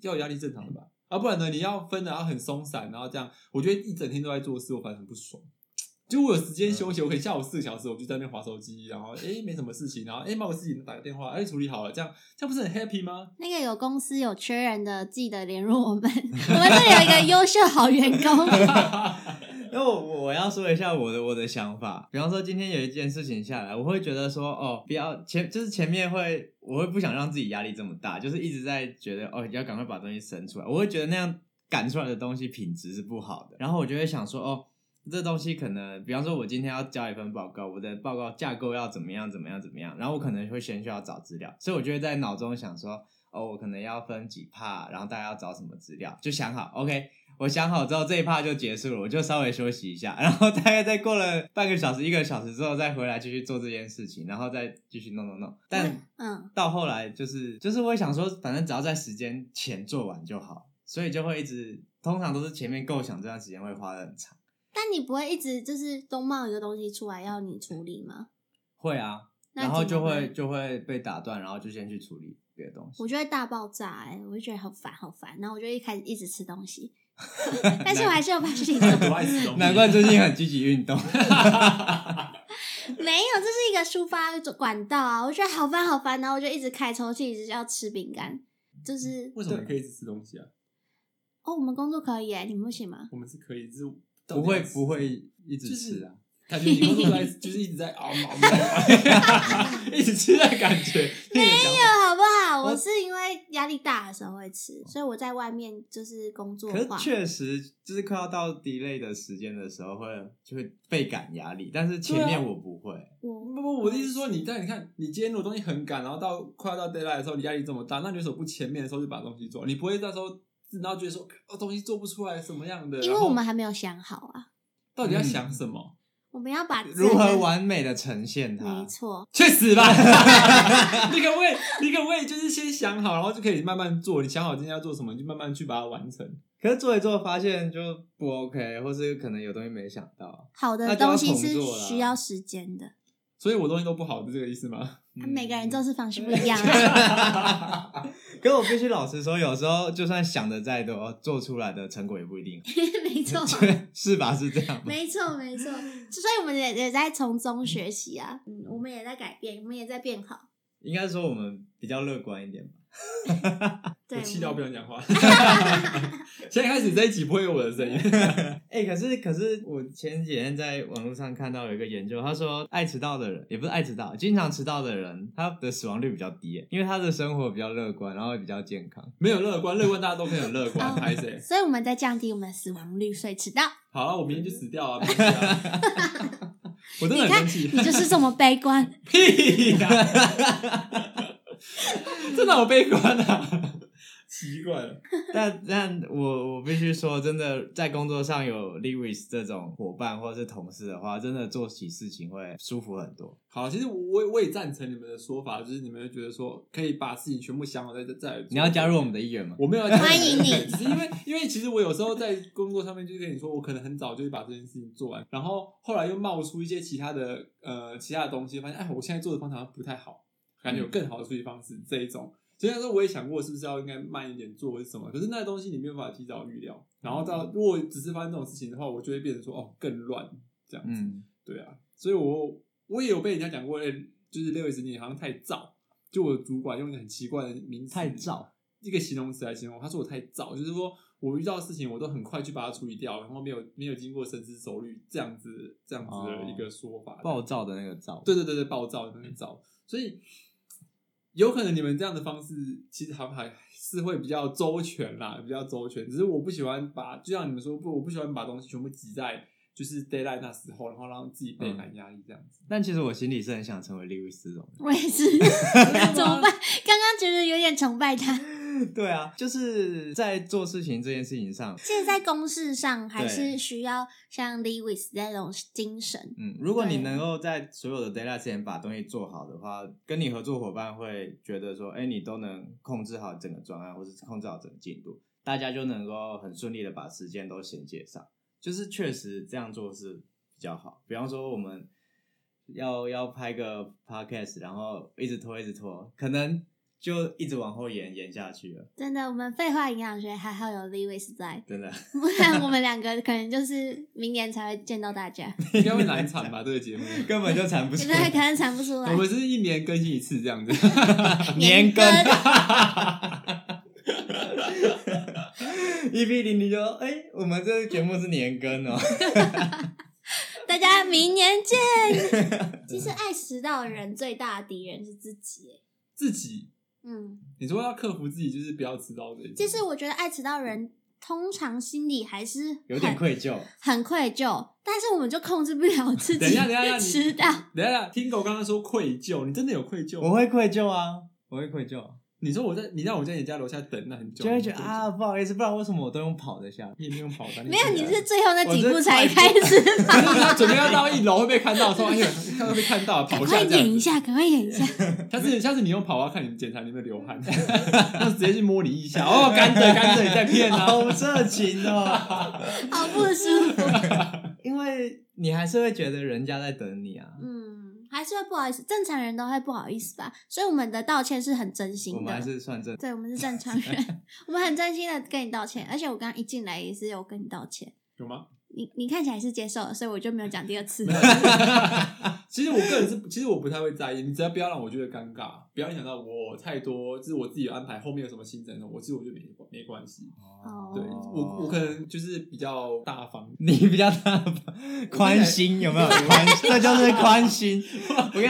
Speaker 3: 要有压力正常的吧？啊，不然呢，你要分的，然后很松散，然后这样，我觉得一整天都在做事，我反而很不爽。就我有时间休息，我可以下午四个小时，我就在那边划手机，然后诶没什么事情，然后诶把我自己打个电话，诶处理好了，这样这样不是很 happy 吗？
Speaker 1: 那个有公司有缺人的，记得联络我们。 *laughs* 我们这里有一个优秀好员
Speaker 3: *laughs*
Speaker 1: 工。
Speaker 2: *laughs* 因为我我要说一下我的我的想法，比方说今天有一件事情下来，我会觉得说哦，不要前就是前面会我会不想让自己压力这么大，就是一直在觉得哦要赶快把东西生出来，我会觉得那样赶出来的东西品质是不好的，然后我就会想说哦。这东西可能，比方说，我今天要交一份报告，我的报告架构要怎么样，怎么样，怎么样，然后我可能会先需要找资料，所以我就会在脑中想说，哦，我可能要分几趴，然后大家要找什么资料，就想好，OK，我想好之后这一趴就结束了，我就稍微休息一下，然后大概再过了半个小时、一个小时之后再回来继续做这件事情，然后再继续弄弄弄。但
Speaker 1: 嗯，
Speaker 2: 到后来就是就是我会想说，反正只要在时间前做完就好，所以就会一直通常都是前面构想这段时间会花的很长。
Speaker 1: 但你不会一直就是都冒一个东西出来要你处理吗？
Speaker 2: 会啊，
Speaker 1: 那
Speaker 2: 然后
Speaker 1: 怎
Speaker 2: 就
Speaker 1: 么办
Speaker 2: 会就会被打断，然后就先去处理别的东西
Speaker 1: 我。就会大爆炸、欸，我就觉得好烦好烦，然后我就一开始一直吃东
Speaker 2: *laughs*
Speaker 1: 西，但是我还是有把事情做
Speaker 3: 我
Speaker 1: 完
Speaker 3: 爱死东西
Speaker 2: 难怪最近很积
Speaker 1: *laughs*
Speaker 2: 极运动，
Speaker 1: 没有，这是一个抒发的管道啊，我觉得好烦好烦，
Speaker 2: 嗯
Speaker 1: 然后我就一直开抽屉，一直要吃饼干，就是
Speaker 3: 为什么你可以一直吃东西啊？
Speaker 1: 哦哦，我们工作可以耶，你们不行
Speaker 2: *laughs*
Speaker 1: 吗？
Speaker 3: 我们是可以，就是
Speaker 2: 不会不，会一直
Speaker 3: 就是
Speaker 2: 吃啊。
Speaker 3: 感觉你工作在就是一直在啊，嗷嗷一直吃的感觉。没有，
Speaker 1: 好不好？
Speaker 3: 我
Speaker 1: 我是因为压力大的时候会吃，所以我在外面就是工作
Speaker 2: 哦可
Speaker 1: 的
Speaker 2: 是
Speaker 1: 话，
Speaker 2: 确实，就是快要到 delay 的时间的时候会，就会倍感压力。但是
Speaker 1: 啊
Speaker 2: 前面我不会，
Speaker 1: 我
Speaker 3: 不不，我的意思是说，你但你看，你今天如果东西很赶，然后到快要到 deadline 的时候，你压力这么大，那你为什么不前面的时候就把东西做？你不会到时候自然后觉得说，哦，东西做不出来什么样
Speaker 2: 啊
Speaker 3: *laughs* 的？
Speaker 1: 因为
Speaker 3: 然后
Speaker 1: 我们还没有想好啊，
Speaker 3: 到底要想什么？
Speaker 1: 我们要把
Speaker 2: 如何
Speaker 1: 整个？
Speaker 2: 完美的呈现它
Speaker 1: 啊没？错，
Speaker 3: 去死吧！你可不可以？你可不可以就是先想好，然后就可以慢慢做？你想好今天要做什么，你就慢慢去把它完成。
Speaker 2: 可是做一做发现就不 OK，或是可能有东西没想到。 *laughs*
Speaker 1: 好
Speaker 2: 那
Speaker 1: 的
Speaker 2: 就要
Speaker 1: 东西
Speaker 2: 重
Speaker 1: 是
Speaker 2: 做啦
Speaker 1: 需要时间的，
Speaker 3: 所以我东西都不好，是这个意思吗？
Speaker 1: 啊
Speaker 2: 嗯
Speaker 1: 每个人做事方式不一样啊。
Speaker 2: 可我必须老实说，有时候就算想的再多，做出来的成果也不一定 *laughs*
Speaker 3: 嗯
Speaker 1: *laughs* 没错，
Speaker 2: 是吧？是这样吗？
Speaker 1: 没错，没错。所以我们也也在从中学习啊，嗯，我们也在改变，我们也在变好。
Speaker 2: 应该说我们比较乐观一点吧。
Speaker 1: 对，
Speaker 3: 我气
Speaker 1: 我
Speaker 3: 到
Speaker 1: 们
Speaker 3: 不想讲话。 *laughs* 现在开始这一集不会有我的声音。
Speaker 2: 哎、可是可是我前几天在网络上看到有一个研究，他说爱迟到的人，也不是爱迟到，经常迟到的人，他的死亡率比较低耶，因为他的生活比较乐观，然后也比较健康。
Speaker 3: 没有乐观，乐观大家都可以很乐观，
Speaker 1: 哦
Speaker 3: 拍谁？
Speaker 1: 所以我们在降低我们的死亡率，所以迟到。
Speaker 3: 好了，我明天就死掉
Speaker 1: *laughs*
Speaker 3: 啊！没事啊我真的
Speaker 1: 你
Speaker 3: 很
Speaker 1: 看，
Speaker 3: 生气，
Speaker 1: 你就是这么悲观。
Speaker 3: 屁
Speaker 2: *laughs*
Speaker 3: 呀！真的好悲观啊！奇怪了，
Speaker 2: *laughs* 但但我我必须说，真的在工作上有 Lewis 这种伙伴或者是同事的话，真的做起事情会舒服很多。
Speaker 3: *laughs* 好，其实我我也我也赞成你们的说法，就是你们会觉得说可以把事情全部想好再再再来做
Speaker 2: 你要加入我们的一员吗？
Speaker 3: 我没有要加入
Speaker 1: 欢迎你
Speaker 3: 只是因为 *laughs* 因为其实我有时候在工作上面就是跟你说，我可能很早就会把这件事情做完，然后后来又冒出一些其他的呃其他的东西，发现哎，我现在做的方法好像不太好，感觉有更好的处理方式、这一种。所以那时候我也想过，是不是要应该慢一点做，或是什么？可是那东西你没有办法提早预料，然后到如果只是发生这种事情的话，我就会变成说哦更乱这样子。
Speaker 2: 嗯，
Speaker 3: 对啊，所以我我也有被人家讲过，哎、就是六月十你好像太躁。就我主管用一个很奇怪的名词，
Speaker 2: 太燥，
Speaker 3: 一个形容词来形容我，他说我太躁，就是说我遇到事情我都很快去把它处理掉，然后没有没有经过深思熟虑，这样子这样子
Speaker 2: 哦
Speaker 3: 的一个说法。
Speaker 2: 暴躁的那个燥。
Speaker 3: 对对对对，暴躁的那个躁，所以有可能你们这样的方式其实好像还是会比较周全啦，比较周全。只是我不喜欢把，就像你们说不，我不喜欢把东西全部挤在就是 d a y l i g h t 那时候，然后让自己倍感压力这样
Speaker 2: *laughs*
Speaker 3: 子。
Speaker 2: 但其实我心里是很想成为 Lewis 这种人。
Speaker 1: 我也 *laughs* 是，怎么办？刚刚觉得有点崇拜他。
Speaker 2: *laughs* 对啊，就是在做事情这件事情上，
Speaker 1: 现在公事上还
Speaker 2: 对
Speaker 1: 是需要像 Lewis 那种精神，
Speaker 2: 嗯，如果你
Speaker 1: 对
Speaker 2: 能够在所有的 d a y l i g h t 之前把东西做好的话，跟你合作伙伴会觉得说，哎，你都能控制好整个专案，或是控制好整个进度，大家就能够很顺利的把时间都衔接上。就是确实这样做是比较好。比方说我们要要拍个 podcast，然后一直拖一直拖，可能就一直往后延延下去了，
Speaker 1: 真的。我们废话营养学还好有 Lewis 在，
Speaker 2: 真的。 *laughs*
Speaker 1: 不然我们两个可能就是明年才会见到大家，
Speaker 3: *laughs* 应该会难产吧这个节目。
Speaker 2: 根本就产不出
Speaker 1: 现在
Speaker 2: 来
Speaker 1: 可。能产不出来
Speaker 3: 我。们是一年更新一次这样子，
Speaker 2: *laughs* 年 *laughs* 更
Speaker 1: 年
Speaker 2: EP 零零就哎、我们这个节目是年更哦。
Speaker 1: 大家明年见。其实爱迟到的人最大的敌人是自己耶。
Speaker 3: 自己
Speaker 1: 嗯，
Speaker 3: 你说要克服自己，就是不要迟到这一点。
Speaker 1: 其实我觉得爱迟到的人通常心里还是很
Speaker 2: 有点愧疚。
Speaker 1: 很愧疚，但是我们就控制不了自己。
Speaker 3: 等一下，等一下，你
Speaker 1: 迟到。
Speaker 3: 等一下，听狗刚刚说愧疚，你真的有愧疚吗？
Speaker 2: 我会愧疚啊，我会愧疚，
Speaker 3: 你说我在，你让我在你家楼下等那很久，
Speaker 2: 就会觉得
Speaker 3: 你 *laughs*
Speaker 2: 啊，不好意思，不然为什么我都用跑的下？
Speaker 3: 你也没有跑单，
Speaker 1: 没有，你
Speaker 3: 是
Speaker 1: 是最后那几
Speaker 2: 我
Speaker 1: 步
Speaker 2: 是
Speaker 1: 才开始
Speaker 3: *laughs*
Speaker 1: 跑，
Speaker 3: 他准备要到一楼会被看到，说哎呀，看到被看到，
Speaker 1: 赶
Speaker 3: 跑
Speaker 1: 快
Speaker 3: 下这
Speaker 1: 演一
Speaker 3: 样。
Speaker 1: 下，赶快演一下。
Speaker 3: 下次下次你用跑，我啊要看你检查你有没有
Speaker 2: *laughs*
Speaker 3: 流汗， *laughs* 那直接去摸你腋下，哦，甘蔗甘蔗你在骗啊，
Speaker 2: 好色情哦，
Speaker 1: 好不舒服。
Speaker 2: *laughs* 因为你还是会觉得人家在等你啊。
Speaker 1: 嗯，还是会不好意思，正常人都会不好意思吧。所以我们的道歉是很真
Speaker 2: 我
Speaker 1: 心
Speaker 2: 们还
Speaker 1: 的。
Speaker 2: 是算正，
Speaker 1: 对，我们是正常人，我们很真心的跟你道歉，而且我刚刚一进来也是有跟你道歉，
Speaker 3: 有吗？
Speaker 1: 你你看起来是接受了，所以我就没有讲第二次。
Speaker 3: 其实我个人是，其实我不太会在意，你只要不要让我觉得尴尬，不要影响到我太多，就是我自己的安排，后面有什么新增，我其实我觉得没关没关系。
Speaker 1: 哦
Speaker 3: 对我，我可能就是比较大方，
Speaker 2: 你比较大方 *laughs* 宽心 *laughs* 有没有？宽心，这就是宽心。 *laughs* 我跟你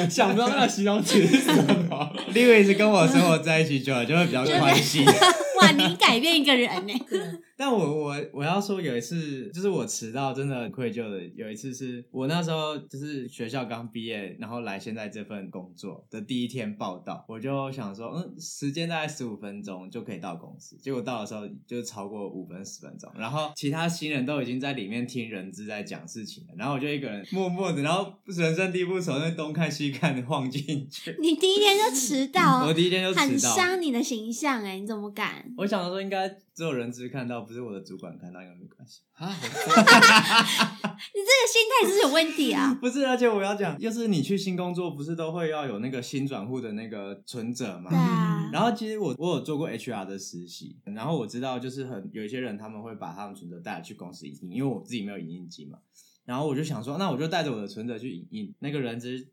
Speaker 3: 我
Speaker 2: 讲
Speaker 3: 刚才想不到那个形容
Speaker 2: *laughs*
Speaker 3: 词是什么。
Speaker 2: ，Louis 跟我生活在一起久了，就会比较宽心。
Speaker 1: *laughs* 哇，你改变一个人呢、欸
Speaker 2: 但我我我要说，有一次就是我迟到真的很愧疚的。有一次是我那时候就是学校刚毕业，然后来现在这份工作的第一天报道，我就想说，嗯，时间大概十五分钟就可以到公司。结果到的时候就超过五分十分钟，然后其他新人都已经在里面听人资在讲事情了，然后我就一个人默默的，然后人生地不熟，那东看西看的晃进去。
Speaker 1: 你第一天就迟到
Speaker 2: 嗯我，第一天就
Speaker 1: 哦很
Speaker 2: 迟到，
Speaker 1: 伤你的形象哎、你怎么敢？
Speaker 2: 我想说应该只有人资看到，不是我的主管看到，应该没关系。
Speaker 3: 啊，
Speaker 1: 你这个心态是有问题啊！
Speaker 2: *laughs* 不是，而且我要讲，就是你去新工作，不是都会要有那个新转户的那个存折
Speaker 1: 对
Speaker 2: 嘛？
Speaker 1: 啊，
Speaker 2: *laughs* 然后其实我我有做过 HR 的实习，然后我知道就是很有一些人他们会把他们存折带来去公司影印，因为我自己没有影印机嘛。然后我就想说，那我就带着我的存折去影印，那个人只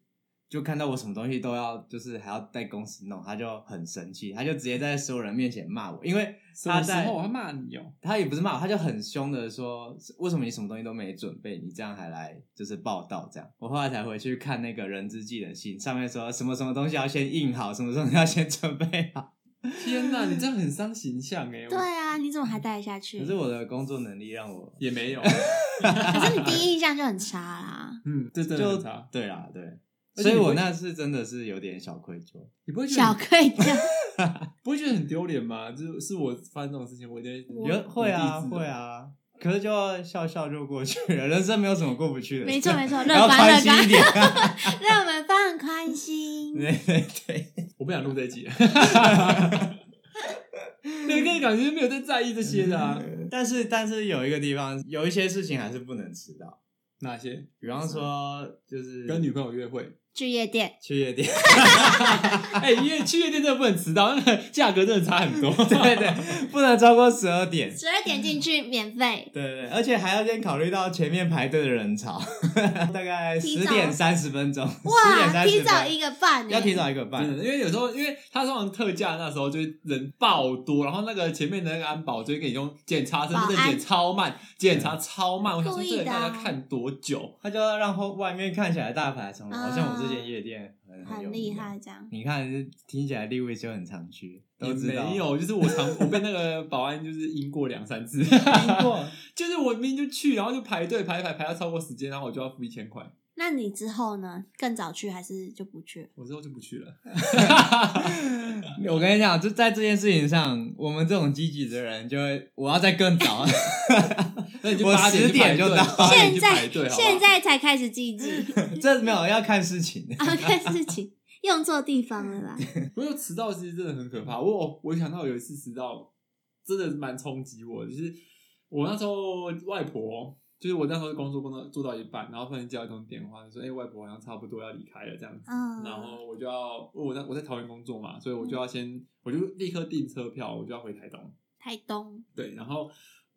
Speaker 2: 就看到我什么东西都要，就是还要在公司弄，他就很生气，他就直接在所有人面前骂我，因为
Speaker 3: 什
Speaker 2: 他
Speaker 3: 么时
Speaker 2: 在
Speaker 3: 候我要骂你哦？
Speaker 2: 他也不是骂我，他就很凶的说，为什么你什么东西都没准备，你这样还来就是报道这样。我后来才回去看那个人资技能信，上面说什么什么东西要先印好，什么东西要先准备好。
Speaker 3: 天哪，你这样很伤形象哎！我
Speaker 1: 对啊，你怎么还待得下去？
Speaker 2: 可是我的工作能力让我 *laughs*
Speaker 3: 也没有，
Speaker 1: 可是你第一印象就很差啦。
Speaker 3: 嗯，这真的
Speaker 2: 就
Speaker 3: 很差。
Speaker 2: 对啦，对，
Speaker 3: 而且
Speaker 2: 所以
Speaker 3: 你
Speaker 2: 我
Speaker 3: 会
Speaker 2: 那次真的是有点小愧疚。
Speaker 3: 你不会觉得
Speaker 1: 小
Speaker 3: 很
Speaker 1: 愧疚，
Speaker 3: 不会觉得很丢脸吗？就是我发生这种事情，我一定
Speaker 1: 我
Speaker 2: 有会啊
Speaker 3: 我弟弟
Speaker 2: 会啊，可是就笑笑就过去了，人生没有什么过不去
Speaker 1: *laughs*
Speaker 2: 的事。
Speaker 1: 没错没
Speaker 2: *laughs*
Speaker 1: 错，乐
Speaker 2: 然后
Speaker 1: 观
Speaker 2: 宽
Speaker 1: 乐
Speaker 2: 心一
Speaker 1: 观，
Speaker 2: 点。
Speaker 1: 让我们放宽心。
Speaker 2: *laughs* 对对对。
Speaker 3: 我不想录这一 *laughs* 集。那个感觉没有在在意这些的啊，
Speaker 1: 嗯
Speaker 2: 但是但是有一个地方，有一些事情还是不能迟到，
Speaker 3: 哪些？
Speaker 2: 比方说就是
Speaker 3: 跟女朋友约会，
Speaker 1: 去夜店，
Speaker 2: 去夜店，
Speaker 3: *laughs*
Speaker 2: *laughs*
Speaker 3: 哎，因为去夜店真的不能迟到，那个价格真的差很多。 *laughs*
Speaker 2: 对对，不能超过十二点。
Speaker 1: 十二点进去
Speaker 2: 嗯
Speaker 1: 免费，
Speaker 2: 对对，而且还要先考虑到前面排队的人潮， *laughs* 大概
Speaker 1: 提
Speaker 2: 十
Speaker 1: 早
Speaker 2: 点三十分钟，十点
Speaker 1: 哇，
Speaker 2: 三十
Speaker 1: 提早一个半，欸
Speaker 2: 要提，早一个半
Speaker 3: 真，的，因为有时候，因为他通常特价那时候就是人爆多，然后那个前面的那个安保就会给你用检查身份
Speaker 1: 保
Speaker 3: 证
Speaker 1: 安
Speaker 3: 检超慢，检查超慢，我想说
Speaker 1: 故意的
Speaker 3: 这
Speaker 1: 啊
Speaker 3: 个大家看多久？
Speaker 2: 他就要让后外面看起来大排长龙，
Speaker 1: 啊
Speaker 2: 好像我这间夜店很有
Speaker 1: 很
Speaker 2: 名啊
Speaker 1: 厉害。这样。
Speaker 2: 你看，听起来立位就很常去，
Speaker 3: 也
Speaker 2: 都知道
Speaker 3: 没有，就是我常我被那个保安就是阴过两三次， *laughs*
Speaker 2: 听过，
Speaker 3: 就是我明明就去，然后就排队排一排排到超过时间，然后我就要付一千块，
Speaker 1: 那你之后呢？更早去还是就不去？
Speaker 3: 我之后就不
Speaker 2: *laughs*
Speaker 3: 去了。
Speaker 2: *laughs* 我跟你讲，就在这件事情上，我们这种积极的人就会，我要再更早， *laughs*
Speaker 3: 那你就
Speaker 2: 我
Speaker 3: 八点
Speaker 2: 10
Speaker 3: 去排
Speaker 2: 点就
Speaker 3: 队
Speaker 2: 到
Speaker 3: 八点
Speaker 1: 现
Speaker 3: 去
Speaker 1: 在
Speaker 3: 排队好不好
Speaker 1: 现在才开始积极
Speaker 2: 这没有要看事情。
Speaker 1: *laughs* 啊，看事情用错地方了
Speaker 3: *laughs*
Speaker 1: 啦。
Speaker 3: 我有迟到，其实真的很可怕。我我想到有一次迟到，真的蛮冲击我的，就是我那时候外婆，就是我那时候工作工作做到一半，然后突然接到一通电话，就说：“哎、外婆好像差不多要离开了这样子。”
Speaker 1: 嗯，
Speaker 3: 然后我就要我在我在桃园工作嘛，所以我就要先我就立刻订车票，我就要回台东。
Speaker 1: 台东
Speaker 3: 对，然后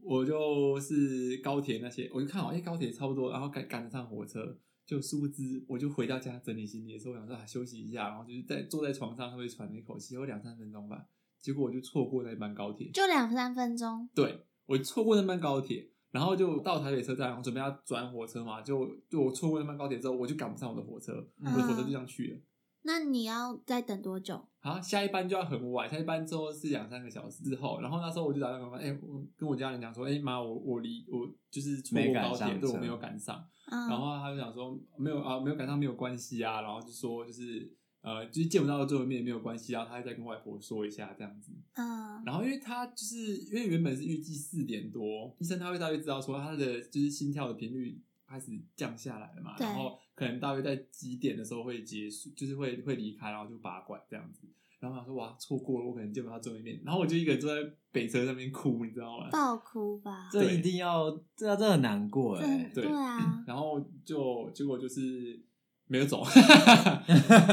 Speaker 3: 我就是高铁那些，我就看好，哎、高铁差不多，然后赶赶得上火车，就殊不知我就回到家整理行李的时候，我想说啊休息一下，然后就是在坐在床上稍微喘了一口气，有两三分钟吧，结果我就错过那班高铁，
Speaker 1: 就两三分钟，
Speaker 3: 对我错过那班高铁。然后就到台北车站，然后准备要转火车嘛，就就我错过那班高铁之后，我就赶不上我的火车，
Speaker 2: 嗯
Speaker 3: 我的火车就这样去了。
Speaker 1: 那你要再等多久？
Speaker 3: 好，下一班就要很晚，下一班之后是两三个小时之后，然后那时候我就打电话，哎、我跟我家人讲说，哎、妈，我我离我就是错
Speaker 2: 没
Speaker 3: 过
Speaker 2: 赶
Speaker 3: 高
Speaker 2: 上
Speaker 3: 铁，对我
Speaker 2: 车
Speaker 3: 没有赶上，
Speaker 1: 嗯，
Speaker 3: 然后他就讲说没有啊，没有赶上没有关系啊，然后就说就是呃，就是见不到最后一面也没有关系啊，他还在跟外婆说一下这样子，
Speaker 1: 嗯，
Speaker 3: 然后因为他就是因为原本是预计四点多，医生他会大约知道说他的就是心跳的频率开始降下来了嘛，
Speaker 1: 对
Speaker 3: 然后可能大约在几点的时候会结束，就是会会离开，然后就拔管这样子。然后我想说哇，错过了，我可能见不到最后一面。然后我就一个人坐在北车上面哭，你知道吗？
Speaker 1: 爆哭吧。
Speaker 2: *laughs* 这一定要，这这很难过哎
Speaker 1: 真。
Speaker 3: 对
Speaker 1: 对
Speaker 3: *laughs*
Speaker 1: 啊，
Speaker 3: 然后 *laughs* 就结果就是没有走，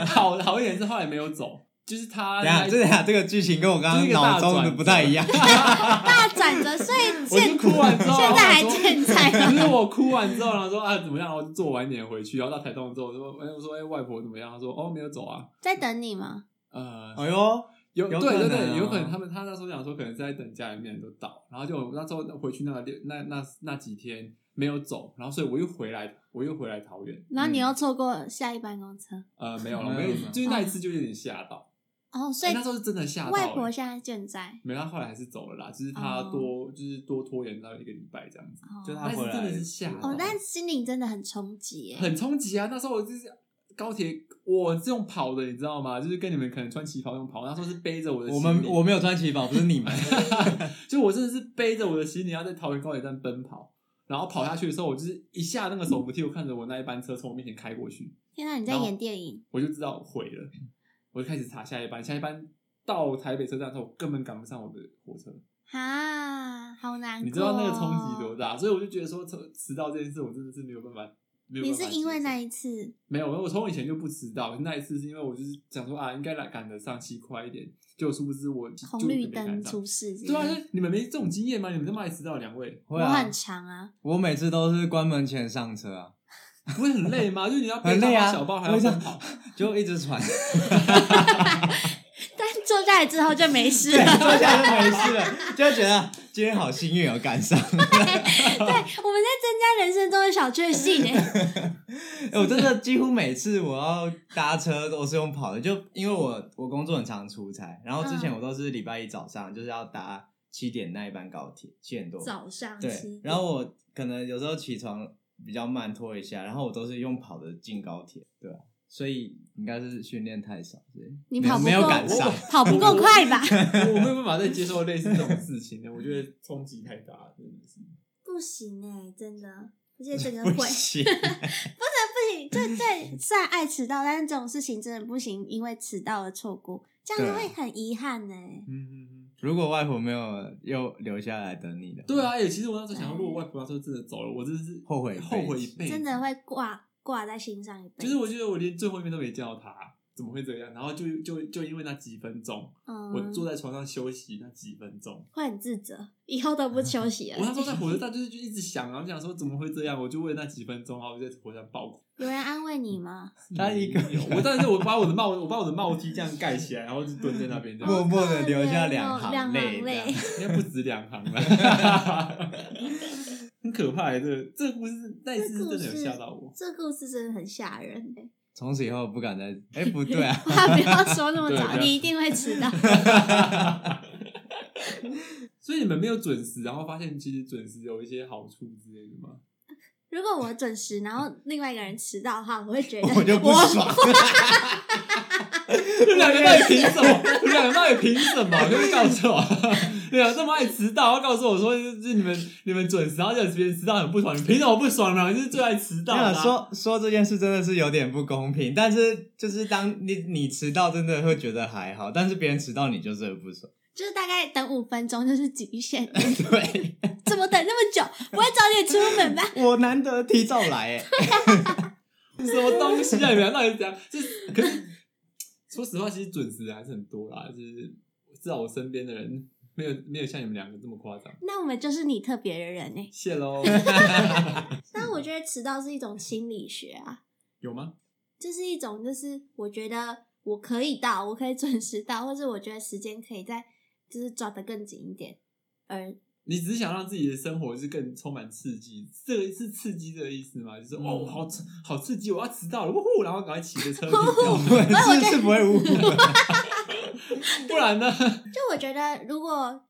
Speaker 3: 好好一点是后来没有走，就是
Speaker 2: *laughs*
Speaker 3: 他
Speaker 2: 等一下，
Speaker 3: 他
Speaker 2: 这等一下这个剧情跟我刚刚
Speaker 3: 这是一个大
Speaker 2: 脑中的不太一样。 *laughs*
Speaker 1: 大转折，所以
Speaker 3: 我就
Speaker 1: 现
Speaker 3: 哭啊完之后，
Speaker 1: 现在还
Speaker 3: 然后说
Speaker 1: 健在
Speaker 3: *laughs*
Speaker 1: 啊
Speaker 3: 不是我哭完之后，然后说啊怎么样，然后做晚一点回去，然后到台东之后，我说哎我说哎外婆怎么样？她说哦没有走啊，
Speaker 1: 在等你吗？
Speaker 3: 呃
Speaker 2: 哎呦，
Speaker 3: 有
Speaker 2: 有
Speaker 3: 对
Speaker 2: 可
Speaker 3: 对
Speaker 2: 能哦
Speaker 3: 对，有可能他们他那时候讲说可能是在等家里面都到，然后就那时候回去那个六那那那几天没有走，然后所以我又回来我又回来桃园，
Speaker 1: 然后你又错过下一班公车
Speaker 3: 呃没有了，
Speaker 2: 没有
Speaker 3: 没有
Speaker 2: 了，
Speaker 3: 就是那一次就有点吓到，
Speaker 1: 哦，所
Speaker 3: 哎
Speaker 1: 以
Speaker 3: 那时候是真的吓到
Speaker 1: 外婆
Speaker 3: 欸
Speaker 1: 现在健在，
Speaker 3: 没有，他后来还是走了啦，就是他
Speaker 1: 哦
Speaker 3: 多、就是多拖延到一个礼拜这样子，
Speaker 1: 哦
Speaker 2: 就他
Speaker 3: 但是
Speaker 2: 回来
Speaker 3: 真的是吓到，
Speaker 1: 哦，但心灵真的很冲击耶，
Speaker 3: 很冲击啊！那时候我就是高铁，我是用跑的，你知道吗？就是跟你们可能穿旗袍用跑，那时候是背着我的
Speaker 2: 我
Speaker 3: 行李，
Speaker 2: 们我没有穿旗袍，不是你 *laughs* 们。
Speaker 3: *laughs* 就我真的是背着我的行李，要在桃园高铁站奔跑。然后跑下去的时候，我就是一下那个手扶梯，我看着我那一班车从我面前开过去，
Speaker 1: 天啊哪，你在
Speaker 3: 然后
Speaker 1: 演电影，
Speaker 3: 我就知道毁了。我就开始查下一班，下一班到台北车站的时候，我根本赶不上我的火车。
Speaker 1: 哈，啊好难过，
Speaker 3: 你知道那个
Speaker 1: 哦
Speaker 3: 冲击多大？所以我就觉得说迟迟到这件事，我真的是没有办法。没有
Speaker 1: 你
Speaker 3: 办法
Speaker 1: 是因为
Speaker 3: 接受
Speaker 1: 那一次
Speaker 3: 没有，我从以前就不迟到，那一次是因为我就是想说啊，应该来赶得上骑快一点，结果殊不知我就
Speaker 1: 红绿
Speaker 3: 就没赶
Speaker 1: 灯
Speaker 3: 上
Speaker 1: 出事之类
Speaker 3: 对啊，
Speaker 1: 的，
Speaker 3: 就你们没这种经验吗？你们这么爱迟到，两位
Speaker 2: 会
Speaker 1: 我
Speaker 2: 啊
Speaker 1: 很，长啊， *laughs*
Speaker 2: 我每次都是关门前上车啊，
Speaker 3: 不会很累吗？就是你要
Speaker 2: *laughs*
Speaker 3: 背
Speaker 2: 很累啊
Speaker 3: 大包小包还要
Speaker 2: 我想
Speaker 3: 奔跑，
Speaker 2: 就一直喘，
Speaker 1: 但坐下来之后就
Speaker 3: *laughs*
Speaker 1: 没事
Speaker 2: *laughs* 对
Speaker 1: 了。
Speaker 2: 坐下就没事了，就觉得今天好幸运有哦赶上。
Speaker 1: 对，我们在增加人生中的小确幸
Speaker 3: *laughs*
Speaker 1: 哎。
Speaker 2: *laughs* 欸我真的几乎每次我要搭车都是用跑的，就因为我我工作很常出差，然后之前
Speaker 1: 嗯
Speaker 2: 我都是礼拜一早上就是要搭七点那一班高铁，七点多
Speaker 1: 早上
Speaker 2: 对
Speaker 1: 七，，
Speaker 2: 然后我可能有时候起床比较慢拖一下，然后我都是用跑的进高铁，对吧、所以应该是训练太少，对，
Speaker 1: 你
Speaker 2: 没有
Speaker 1: 跑不
Speaker 2: 没有
Speaker 1: 够
Speaker 2: 赶上，
Speaker 1: 跑不够
Speaker 3: *laughs*
Speaker 1: 快吧？ *laughs*
Speaker 3: 我没有办法再接受类似这种事情的，我觉得冲击太大了，真的是。
Speaker 1: 不行哎、真的，而且
Speaker 3: *laughs*
Speaker 1: 整个
Speaker 2: 不
Speaker 1: 会 *laughs*
Speaker 2: 行。
Speaker 1: 不行，对对，虽然爱迟到，但是这种事情真的不行，因为迟到而错过，这样
Speaker 2: 对
Speaker 1: 子
Speaker 2: 啊
Speaker 1: 会很遗憾欸呢、
Speaker 3: 嗯嗯嗯。
Speaker 2: 如果外婆没有又留下来等你的，
Speaker 3: 对，啊，也其实我那时候想，如果外婆那时候真的走了，我真的是
Speaker 2: 后悔一辈子
Speaker 3: 后悔一辈子，
Speaker 1: 真的会挂挂在心上一辈
Speaker 3: 就
Speaker 1: 子。
Speaker 3: 是我觉得我连最后一面都没见到他，怎么会这样？然后就就就因为那几分钟，
Speaker 1: 嗯，
Speaker 3: 我坐在床上休息那几分钟，
Speaker 1: 会很自责，以后都不休息
Speaker 3: *laughs* 我那时候
Speaker 1: 了。
Speaker 3: 在火车站就是就一直想，然后想说怎么会这样，我就为了那几分钟，然后我就在火车站爆哭。
Speaker 1: 有人安慰你吗？
Speaker 2: 他一个
Speaker 3: 没有我当时我把我的帽，我把我的帽 T 这样盖起来，然后就蹲在那边这
Speaker 2: 默
Speaker 3: 样，
Speaker 2: 默的留下
Speaker 1: 好
Speaker 2: 两
Speaker 1: 可怜哦
Speaker 2: 行泪
Speaker 1: 两行泪
Speaker 2: 这样，
Speaker 3: 应该不止两行了，很可怕欸。这个这个故事那一次是真的有吓到
Speaker 1: *laughs*
Speaker 3: 我。
Speaker 1: 这故事真的很吓人、欸。
Speaker 2: 从此以后不敢再，哎、
Speaker 1: *laughs*
Speaker 2: 不对啊，
Speaker 1: 话不要说那么
Speaker 3: 对
Speaker 1: 早，
Speaker 3: 不要
Speaker 1: 你一定会迟到。
Speaker 3: 所以你们没有准时，然后发现其实准时有一些好处之类的吗？
Speaker 1: 如果我准时，然后另外一个人迟到的话，我会觉得
Speaker 2: *laughs* 我就不爽。
Speaker 3: 这两个到底凭什么？这两个到底凭什么？可以告诉我，对啊，这么爱迟到，要告诉我说，就是你们你们准时，然后就别人迟到很不爽，你凭什么不爽呢？你是最爱迟到
Speaker 2: 没
Speaker 3: 的啊、
Speaker 2: 有说说这件事真的是有点不公平，但是就是当你你迟到，真的会觉得还好，但是别人迟到你就是会不爽。
Speaker 1: 就是大概等五分钟就是极限，
Speaker 2: *laughs* 对
Speaker 1: *laughs* 怎么等那么久？不会早点出门吧？
Speaker 2: 我难得提早来， *laughs* 哎，
Speaker 3: 什么东西啊？你们到底是怎样？就是可是说实话，其实准时的还是很多啦，就是至少我身边的人没有没有像你们两个这么夸张。
Speaker 1: 那我们就是你特别的人哎、
Speaker 3: 谢喽，
Speaker 1: 但我觉得迟到是一种心理学啊，
Speaker 3: 有吗？
Speaker 1: 就是一种就是我觉得我可以到，我可以准时到，或者我觉得时间可以再就是抓得更紧一点，而
Speaker 3: 你只是想让自己的生活是更充满刺激，这个是刺激的意思吗？就是、
Speaker 2: 嗯
Speaker 3: 哦，好刺好刺激，我要迟到了，呜呼，然后赶快骑着车
Speaker 2: 我
Speaker 3: 去
Speaker 2: 们是是不会误会。 *laughs*
Speaker 3: 掉， *laughs* 不然呢？
Speaker 1: *laughs* 就我觉得如果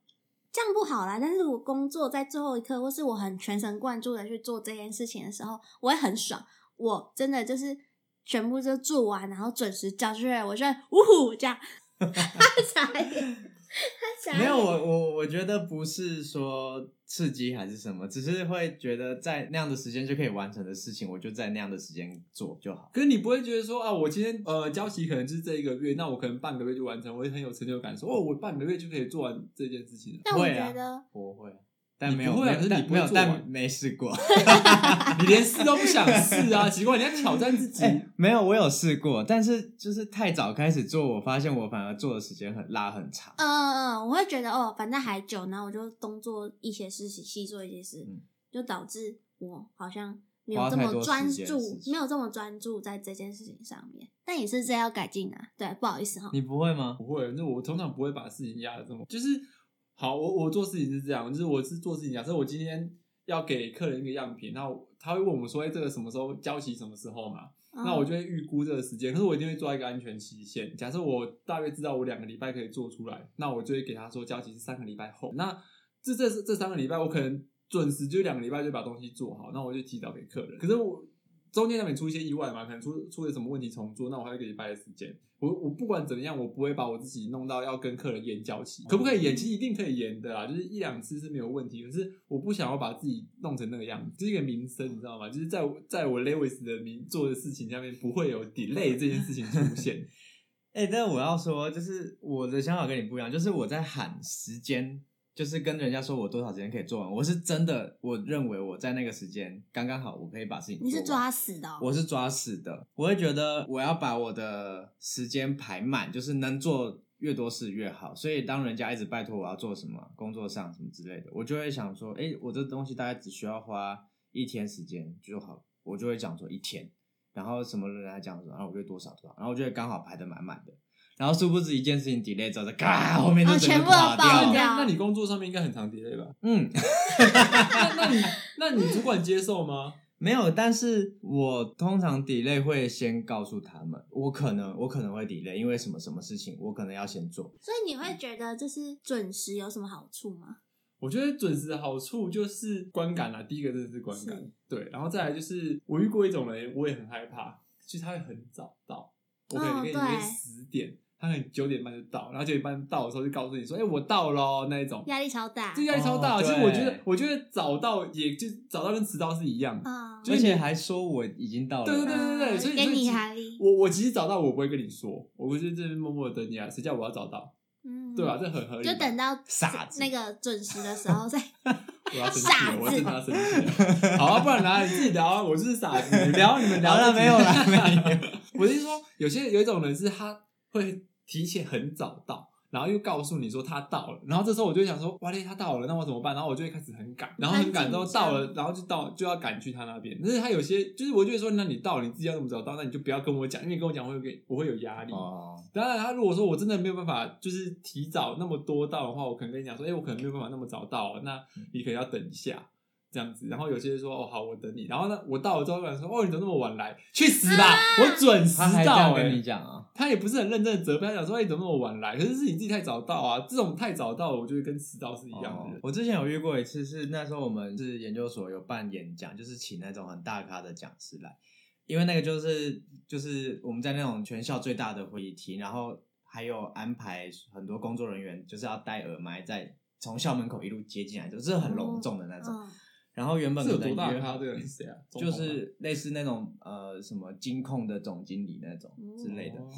Speaker 1: 这样不好啦，但是我工作在最后一刻，或是我很全神贯注的去做这件事情的时候，我会很爽。我真的就是全部都做完，然后准时交出来，我就会呜呼这样。 *laughs* 他傻眼，他傻眼。
Speaker 2: 没有，我我我觉得不是说刺激还是什么，只是会觉得在那样的时间就可以完成的事情，我就在那样的时间做就好。
Speaker 3: 可是你不会觉得说啊，我今天呃交期可能就是这一个月，那我可能半个月就完成，我会很有成就感，说哦，我半个月就可以做完这件事情了。
Speaker 1: 但我
Speaker 2: 会啊
Speaker 1: 觉得
Speaker 2: 我会，但
Speaker 3: 你
Speaker 2: 没有，
Speaker 3: 不会啊
Speaker 2: 没
Speaker 3: 可是
Speaker 2: 有
Speaker 3: 你
Speaker 2: 但
Speaker 3: 不
Speaker 2: 没
Speaker 3: 会
Speaker 2: 有，
Speaker 3: 做
Speaker 2: 但
Speaker 3: 完
Speaker 2: 没试过。
Speaker 3: 你连试都不想试啊？奇怪，你要挑战自己。
Speaker 2: 哎，没有，我有试过，但是就是太早开始做，我发现我反而做的时间很拉很长。
Speaker 1: 嗯嗯，嗯，我会觉得哦，反正还久，然后我就东做一些事情，西做一些事，
Speaker 2: 嗯
Speaker 1: 就导致我好像没有
Speaker 2: 花
Speaker 1: 这
Speaker 2: 太
Speaker 1: 么
Speaker 2: 多
Speaker 1: 专
Speaker 2: 时间的事
Speaker 1: 注，
Speaker 2: 情
Speaker 1: 没有这么专注在这件事情上面。但也是这要改进啊，对，不好意思哈。
Speaker 2: 你不会吗？
Speaker 3: 啊不会，那我通常不会把事情压的这么，就是好，我我做事情是这样，就是我是做事情，假设我今天要给客人一个样品，那我他会问我说，哎、这个什么时候交期，什么时候嘛？
Speaker 1: 嗯
Speaker 3: 那我就会预估这个时间，可是我一定会做一个安全期限。假设我大约知道我两个礼拜可以做出来，那我就会给他说交期是三个礼拜后。那这这这三个礼拜，我可能准时就两个礼拜就把东西做好，那我就提早给客人。可是我中间难免出一些意外嘛，可能出出了什么问题重做，那我还有一个礼拜的时间。我我不管怎么样，我不会把我自己弄到要跟客人延交期，可不可以延？其实一定可以延的啦，就是一两次是没有问题。可是我不想要把自己弄成那个样子，这是一个名声，你知道吗？就是在我在我 Lewis 的名做的事情下面，不会有 delay 这件事情出现。
Speaker 2: 哎、但我要说，就是我的想法跟你不一样，就是我在喊时间，就是跟人家说我多少时间可以做完，我是真的，我认为我在那个时间刚刚好，我可以把事情做
Speaker 1: 你
Speaker 2: 完。
Speaker 1: 是抓死的、哦，
Speaker 2: 我是抓死的，我会觉得我要把我的时间排满，就是能做越多事越好。所以当人家一直拜托我要做什么工作上什么之类的，我就会想说，哎，我这东西大概只需要花一天时间就好，我就会讲说一天。然后什么人来讲什么，然后我就多少多少，然后我就会刚好排的满满的。然后殊不知一件事情 delay 之后，嘎，后面就
Speaker 1: 哦
Speaker 2: 整个
Speaker 1: 全部都
Speaker 2: 垮
Speaker 1: 爆掉
Speaker 2: 掉。
Speaker 3: 那那你工作上面应该很常 delay 吧？
Speaker 2: 啊嗯，
Speaker 3: *laughs* 那那你那你主管接受吗？
Speaker 2: 没有，但是我通常 delay 会先告诉他们，我可能我可能会 delay，因为什么什么事情我可能要先做。
Speaker 1: 所以你
Speaker 2: 嗯
Speaker 1: 会觉得就是准时有什么好处吗？
Speaker 3: 我觉得准时的好处就是观感啊，第一个真的是观
Speaker 1: 嗯
Speaker 3: 感
Speaker 1: 是，
Speaker 3: 对，然后再来就是我遇过一种人，我也很害怕，就是他会很早到，我可能
Speaker 1: 哦
Speaker 3: 跟你约
Speaker 1: 对
Speaker 3: 十点，他可能九点半就到，然后九点半到的时候就告诉你说，哎、我到喽那一种，
Speaker 1: 压力超大，
Speaker 3: 这压力超大。
Speaker 2: 哦
Speaker 3: 其实
Speaker 2: 对
Speaker 3: 我觉得，我觉得早到也就早到跟迟到是一样的。
Speaker 1: 啊，
Speaker 3: 就
Speaker 2: 而
Speaker 3: 是
Speaker 2: 且还说我已经到了，
Speaker 3: 对对对对对，
Speaker 1: 嗯
Speaker 3: 所以
Speaker 1: 给
Speaker 3: 所以
Speaker 1: 你
Speaker 3: 其
Speaker 1: 压力
Speaker 3: 我我其实早到我不会跟你说，我会就这边默默地等你啊，谁叫我要早到，
Speaker 1: 嗯，
Speaker 2: 啊
Speaker 3: 对吧、啊这很合理吧。
Speaker 1: 就等到
Speaker 2: 傻子
Speaker 1: 那个准时的时候再
Speaker 3: 我要生气
Speaker 1: 傻
Speaker 3: 了，
Speaker 1: 子
Speaker 3: 我真的要生气了。好啊，不然拿你自己聊啊，我就是傻子，你聊你们聊
Speaker 2: *laughs* 好了
Speaker 3: 自己
Speaker 2: 没有啦没有。
Speaker 3: *laughs* 我是说，有些有一种人是他会提前很早到。然后又告诉你说他到了，然后这时候我就会想说，哇嘞，他到了，那我怎么办？然后我就会开始很赶，然后很赶之后到了，然后就到就要赶去他那边。但是他有些就是，我就会说，那你到了，你自己要这么早到，那你就不要跟我讲，因为跟我讲会给我会有压
Speaker 2: *laughs*
Speaker 3: 力。
Speaker 2: 哦，
Speaker 3: 当然，他如果说我真的没有办法，就是提早那么多到的话，我可能跟你讲说，哎、我可能没有办法那么早到，那
Speaker 2: 嗯
Speaker 3: 你可能要等一下这样子。然后有些人说，哦，好，我等你。然后呢，我到了之后，有人说，哦，你怎么那么晚来？去死
Speaker 1: 啊
Speaker 3: 吧！我准时
Speaker 2: 他还这
Speaker 3: 到、
Speaker 2: 样
Speaker 3: 欸，
Speaker 2: 跟你讲啊，
Speaker 3: 他也不是很认真的责备，他讲说，哎、你怎么那么晚来？可是是你自己太早到啊，这种太早到，我觉得跟迟到是一样的。
Speaker 2: 哦我之前有遇过一次，是那时候我们是研究所有办演讲，就是请那种很大咖的讲师来，因为那个就是就是我们在那种全校最大的会议厅，然后还有安排很多工作人员，就是要戴耳麦在从校门口一路接进来，就是很隆重的那种。
Speaker 1: 嗯
Speaker 2: 然后原本
Speaker 3: 是有
Speaker 2: 可
Speaker 3: 多
Speaker 2: 能
Speaker 3: 大
Speaker 2: 约
Speaker 3: 咖？
Speaker 2: 好
Speaker 3: 这个人是谁啊？
Speaker 2: 哦就
Speaker 3: 总统吗
Speaker 2: 是类似那种呃什么金控的总经理那种之类的。
Speaker 3: 哦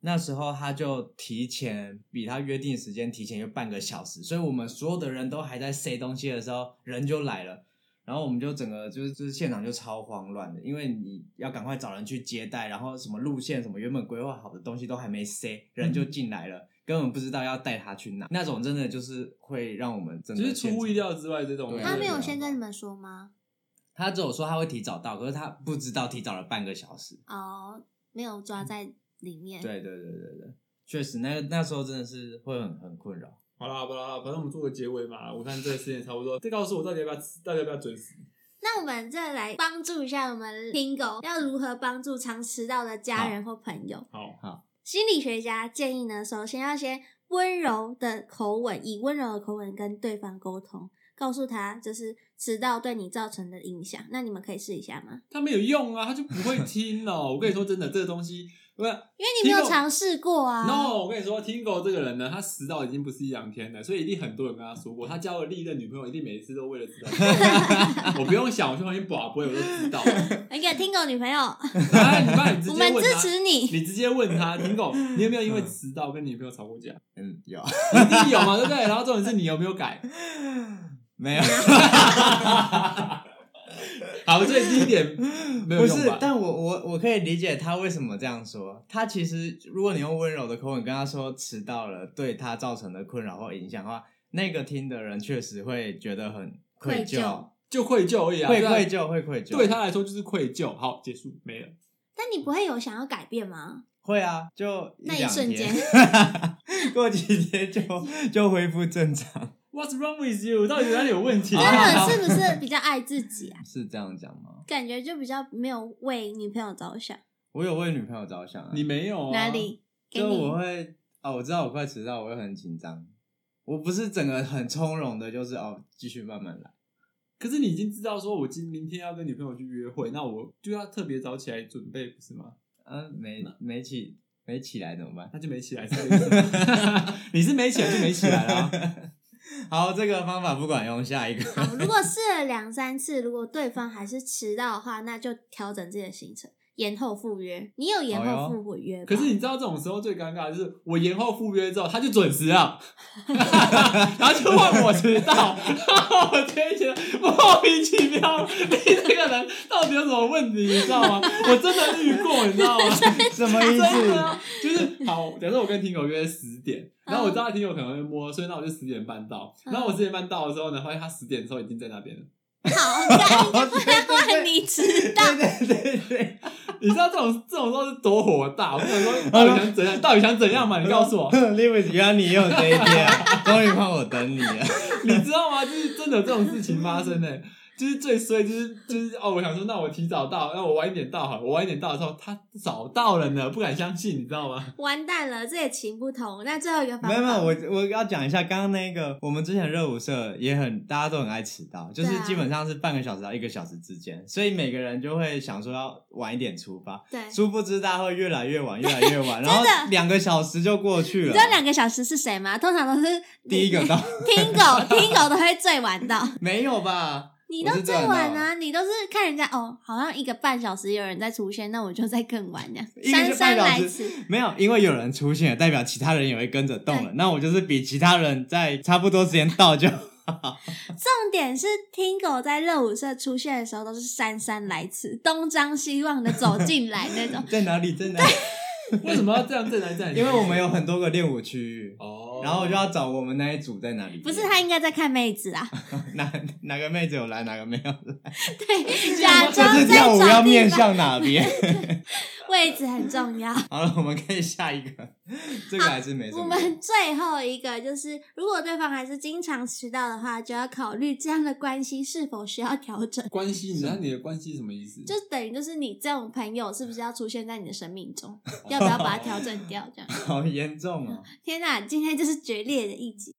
Speaker 2: 那时候他就提前比他约定时间提前约半个小时，所以我们所有的人都还在塞东西的时候，人就来了。然后我们就整个就是就是现场就超慌乱的，因为你要赶快找人去接待，然后什么路线什么原本规划好的东西都还没塞，人
Speaker 3: 嗯
Speaker 2: 就进来了，根本不知道要带他去哪。那种真的就是会让我们真的
Speaker 3: 就是
Speaker 2: 现
Speaker 3: 出乎
Speaker 2: 场
Speaker 3: 意料之外这种
Speaker 2: *laughs*
Speaker 3: 啊
Speaker 2: 对
Speaker 3: 人。
Speaker 1: 他没有
Speaker 2: 先
Speaker 1: 先跟你们说吗？
Speaker 2: 他只有说他会提早到，可是他不知道提早了半个小时。
Speaker 1: 哦，没有抓在里面，
Speaker 2: 对对对对对，确实，那那时候真的是会很很困扰。
Speaker 3: 好啦，好啦，反正我们做个结尾嘛。我看这个时间也差不多，再告诉我到底要不要吃，到底要不要准时。
Speaker 1: 那我们再来帮助一下我们听狗，要如何帮助常迟到的家人或朋友？
Speaker 3: 好，
Speaker 1: 心理学家建议呢，首先要先温柔的口吻，以温柔的口吻跟对方沟通，告诉他就是迟到对你造成的影响。那你们可以试一下吗？
Speaker 3: 他没有用啊，他就不会听哦。我跟你说真的，这个东西不
Speaker 1: 因
Speaker 3: 是。
Speaker 1: 为你没有
Speaker 3: Tingo-
Speaker 1: 尝试过啊。
Speaker 3: No，我跟你说，Tingo 这个人呢，他迟到已经不是一两天了，所以一定很多人跟他说过，他交了历任女朋友，一定每一次都为了
Speaker 1: *laughs*
Speaker 3: 迟到。我不用想，我去旁边把不会，我都知道。
Speaker 1: 那个听哎狗女朋友，
Speaker 3: 来，你爸，你直
Speaker 1: 我
Speaker 3: 接
Speaker 1: 们
Speaker 3: 问
Speaker 1: 支
Speaker 3: 他，
Speaker 1: 持你。
Speaker 3: 你直接问他，Tingo，你有没有因为迟
Speaker 1: *laughs*
Speaker 3: 到跟女朋友吵过架？
Speaker 2: 嗯，有 *laughs*
Speaker 3: 一定有嘛，对不对？然后重点是你有没有改？
Speaker 2: 没有，
Speaker 3: 好，所以第一点没有
Speaker 2: 不
Speaker 3: 用
Speaker 2: 是
Speaker 3: 吧？，
Speaker 2: 但我我我可以理解他为什么这样说。他其实，如果你用温柔的口吻跟他说迟到了，对他造成的困扰或影响的话，那个听的人确实会觉得很愧
Speaker 1: 愧疚
Speaker 2: 疚，
Speaker 3: 就愧疚而已啊，
Speaker 2: 会
Speaker 3: 对啊
Speaker 2: 愧疚，会愧疚。
Speaker 3: 对他来说就是愧疚。好，结束没了。
Speaker 1: 但你不会有想要改变
Speaker 3: *laughs*
Speaker 1: 吗？
Speaker 2: 会啊，就
Speaker 1: 那一
Speaker 2: 两
Speaker 1: 瞬
Speaker 2: 天
Speaker 1: 间，
Speaker 2: 过几天就就恢复正常，
Speaker 3: What's wrong with you？到底哪里有问题？
Speaker 2: 好
Speaker 1: 真
Speaker 2: 好
Speaker 1: 的
Speaker 2: 好
Speaker 1: 是不是比较爱自己啊？
Speaker 2: 是这样讲吗？
Speaker 1: 感觉就比较没有为女朋友着想，
Speaker 2: 我有为女朋友着想啊，
Speaker 3: *laughs* 你没有、啊、
Speaker 1: 哪？里？给
Speaker 2: 就
Speaker 1: 你
Speaker 2: 我会哦，我知道我快迟到，我会很紧张。我不是整个很从容的，就是哦，继续慢慢来。
Speaker 3: 可是你已经知道说，我今明天要跟女朋友去约会，那我就要特别早起来准备，不是吗？
Speaker 2: 嗯、没没起没起来怎么办？ *laughs*
Speaker 3: 那就没起来，是这个意思 *laughs* 吗你是没起来就没起来啊啦、
Speaker 2: 好，这个方法不管用，下一个。
Speaker 1: 好，哦如果试了两三次，如果对方还是迟到的话，那就调整自己的行程，延后赴约。你有延后赴约吧、
Speaker 3: 可是你知道这种时候最尴尬的就是，我延后赴约之后，他就准时了， *laughs* 然后就换我迟到， *laughs* 然后我就会觉得莫名其妙，你这个人到底有什么问题，你知道吗？我真的遇过，你知道吗？
Speaker 2: *laughs*
Speaker 3: *laughs*
Speaker 2: 什么意
Speaker 3: 真
Speaker 2: *laughs*
Speaker 3: 的
Speaker 2: 思？
Speaker 3: 啊，就是好，假设我跟婷友约十点，然后我知道婷友可能会摸，所以那我就十点半到。
Speaker 1: 嗯
Speaker 3: 然后我十点半到的时候呢，发现他十点的时候已经在那边了。
Speaker 2: *laughs*
Speaker 1: 好，
Speaker 2: 哦
Speaker 1: 那不要 *laughs* 换你迟到，
Speaker 2: 对对对，
Speaker 3: 你知道这种这种时候是多火大？我跟你说，到底想怎样？到底想怎样嘛？你告诉
Speaker 2: *laughs*
Speaker 3: 我，
Speaker 2: l e w i s 原来你也有这一天啊， *laughs* 终于换我等
Speaker 1: *laughs*
Speaker 2: 你了。
Speaker 3: *laughs* 你知道吗？就是真的有这种事情发生呢、欸就是最衰，就是就是哦，我想说，那我提早到，那我晚一点到好了，我晚一点到的时候，他早到了呢，不敢相信，你知道吗？
Speaker 1: 完蛋了，这也行不通。那最后一个方法，
Speaker 2: 没有没有，我我要讲一下刚刚那个，我们之前热舞社也很，大家都很爱迟到，就
Speaker 1: 对
Speaker 2: 是
Speaker 1: 啊
Speaker 2: 基本上是半个小时到一个小时之间，所以每个人就会想说要晚一点出发，
Speaker 1: 对，你
Speaker 2: 殊不知大家会越来越晚，越来
Speaker 1: *laughs*
Speaker 2: 越晚，然后两个小时就过去了
Speaker 1: 知。道两个小时是谁吗？通常都是
Speaker 2: 第一个到 *laughs*
Speaker 1: 听狗，听狗都会最晚到。
Speaker 2: 没有吧？
Speaker 1: 你
Speaker 2: 我
Speaker 1: 都
Speaker 2: 是
Speaker 1: 最
Speaker 2: 最晚
Speaker 1: 晚
Speaker 2: 到
Speaker 1: 啊，你都是看人家哦，好像一个半小时有人在出现，那我就再更晚这样，
Speaker 2: 一个
Speaker 1: 姗
Speaker 2: 是
Speaker 1: 姗
Speaker 2: 半小
Speaker 1: 来
Speaker 2: 时
Speaker 1: 迟。
Speaker 2: 没有，因为有人出现了，代表其他人也会跟着动了。那我就是比其他人在差不多时间到就。
Speaker 1: 重点是听狗在热舞社出现的时候都是姗姗来迟，东张西望的走进来那种
Speaker 2: *laughs* *laughs* 在哪里在哪里，
Speaker 3: 为什么要这样？这来这样？
Speaker 2: 因为我们有很多个练舞区域。
Speaker 3: 哦，
Speaker 2: 然后我就要找我们那一组在哪里练。
Speaker 1: 不是他应该在看妹子
Speaker 2: *laughs*
Speaker 1: 啊，
Speaker 2: 哪哪个妹子有来，哪个没 *laughs* 有来，
Speaker 1: 对，假
Speaker 2: 这
Speaker 1: 装
Speaker 2: 次
Speaker 1: 在
Speaker 2: 跳舞啊要
Speaker 1: 找地
Speaker 2: 面
Speaker 1: 方，
Speaker 2: 向哪边？ *laughs*
Speaker 1: 位置很重要。
Speaker 2: 好了，我们可以下一 *laughs* 个，这个还是 *laughs* 没什
Speaker 1: 我
Speaker 2: 么。
Speaker 1: 们最后一个就是，如果对方还是经常迟到的话，就要考虑这样的关系是否需要调
Speaker 2: *laughs*
Speaker 1: 整。
Speaker 3: 关系，你知道你的关系是什么意思？
Speaker 1: 就等于就是你这种朋友是不是要出现在你的生命中？
Speaker 2: 哦
Speaker 1: 要不要把它调整掉？这样，
Speaker 2: 好严重哦，
Speaker 1: 天哪，今天就是决裂的一集。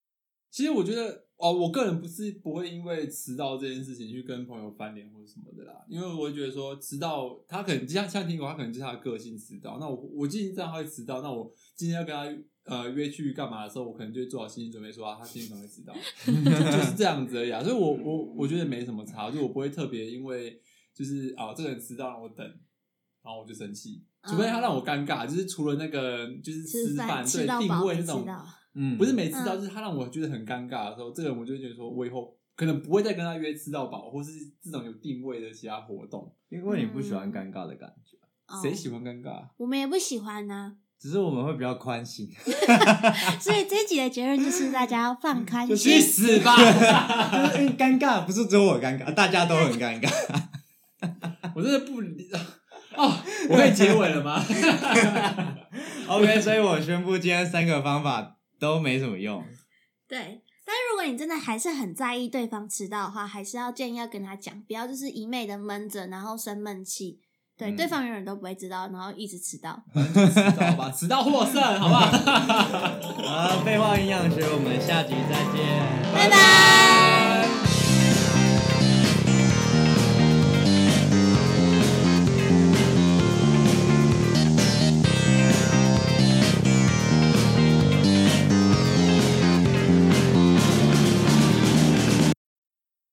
Speaker 3: 其实我觉得哦，我个人不是不会因为迟到这件事情去跟朋友翻脸或者什么的啦，因为我会觉得说迟到，他可能像像听过，他可能就是他的个性迟到。那我我既然知道他会迟到，那我今天要跟他呃约去干嘛的时候，我可能就会做好心理准备说，啊、他今天可能会迟
Speaker 1: *laughs*
Speaker 3: 到，就是这样子而已啊。所以我我我觉得没什么差，就我不会特别因为就是啊、这个人迟到让我等，然后我就生气。除非他让我尴尬，就是除了那个就是
Speaker 1: 啊吃
Speaker 3: 饭
Speaker 1: 饭吃
Speaker 3: 对
Speaker 1: 到
Speaker 3: 定
Speaker 1: 饱
Speaker 3: 位
Speaker 1: 没
Speaker 3: 那
Speaker 1: 吃
Speaker 3: 种
Speaker 1: 到。
Speaker 2: 嗯，
Speaker 3: 不是每次到，
Speaker 1: 嗯
Speaker 3: 就是他让我觉得很尴尬的时候，这个人我就会觉得说，我以后可能不会再跟他约吃到饱，或是这种有定位的其他活动。
Speaker 2: 因为你不喜欢尴尬的感觉，
Speaker 1: 哦
Speaker 3: 谁喜欢尴尬？
Speaker 1: 我们也不喜欢呢、
Speaker 2: 只是我们会比较宽 *laughs* 心。
Speaker 1: *laughs* 所以这一集的结论就是大家要放开
Speaker 2: 嗯就
Speaker 1: 心
Speaker 3: 去。死吧！
Speaker 2: 就是因为嗯尴尬不是只有我尴尬，大家都很尴尬。
Speaker 3: *laughs* 我真的不理哦，我可以结尾了吗？ *laughs*
Speaker 2: OK，所以我宣布今天三个方法都没什么用。
Speaker 1: 对，但如果你真的还是很在意对方迟到的话，还是要建议要跟他讲，不要就是一昧的闷着，然后生闷气。对，
Speaker 2: 嗯
Speaker 1: 对方永远都不会知道，然后一直迟到。
Speaker 3: 迟到吧，迟到获胜，好不好？
Speaker 2: 好，废话营养学，我们下集再见，
Speaker 1: 拜拜。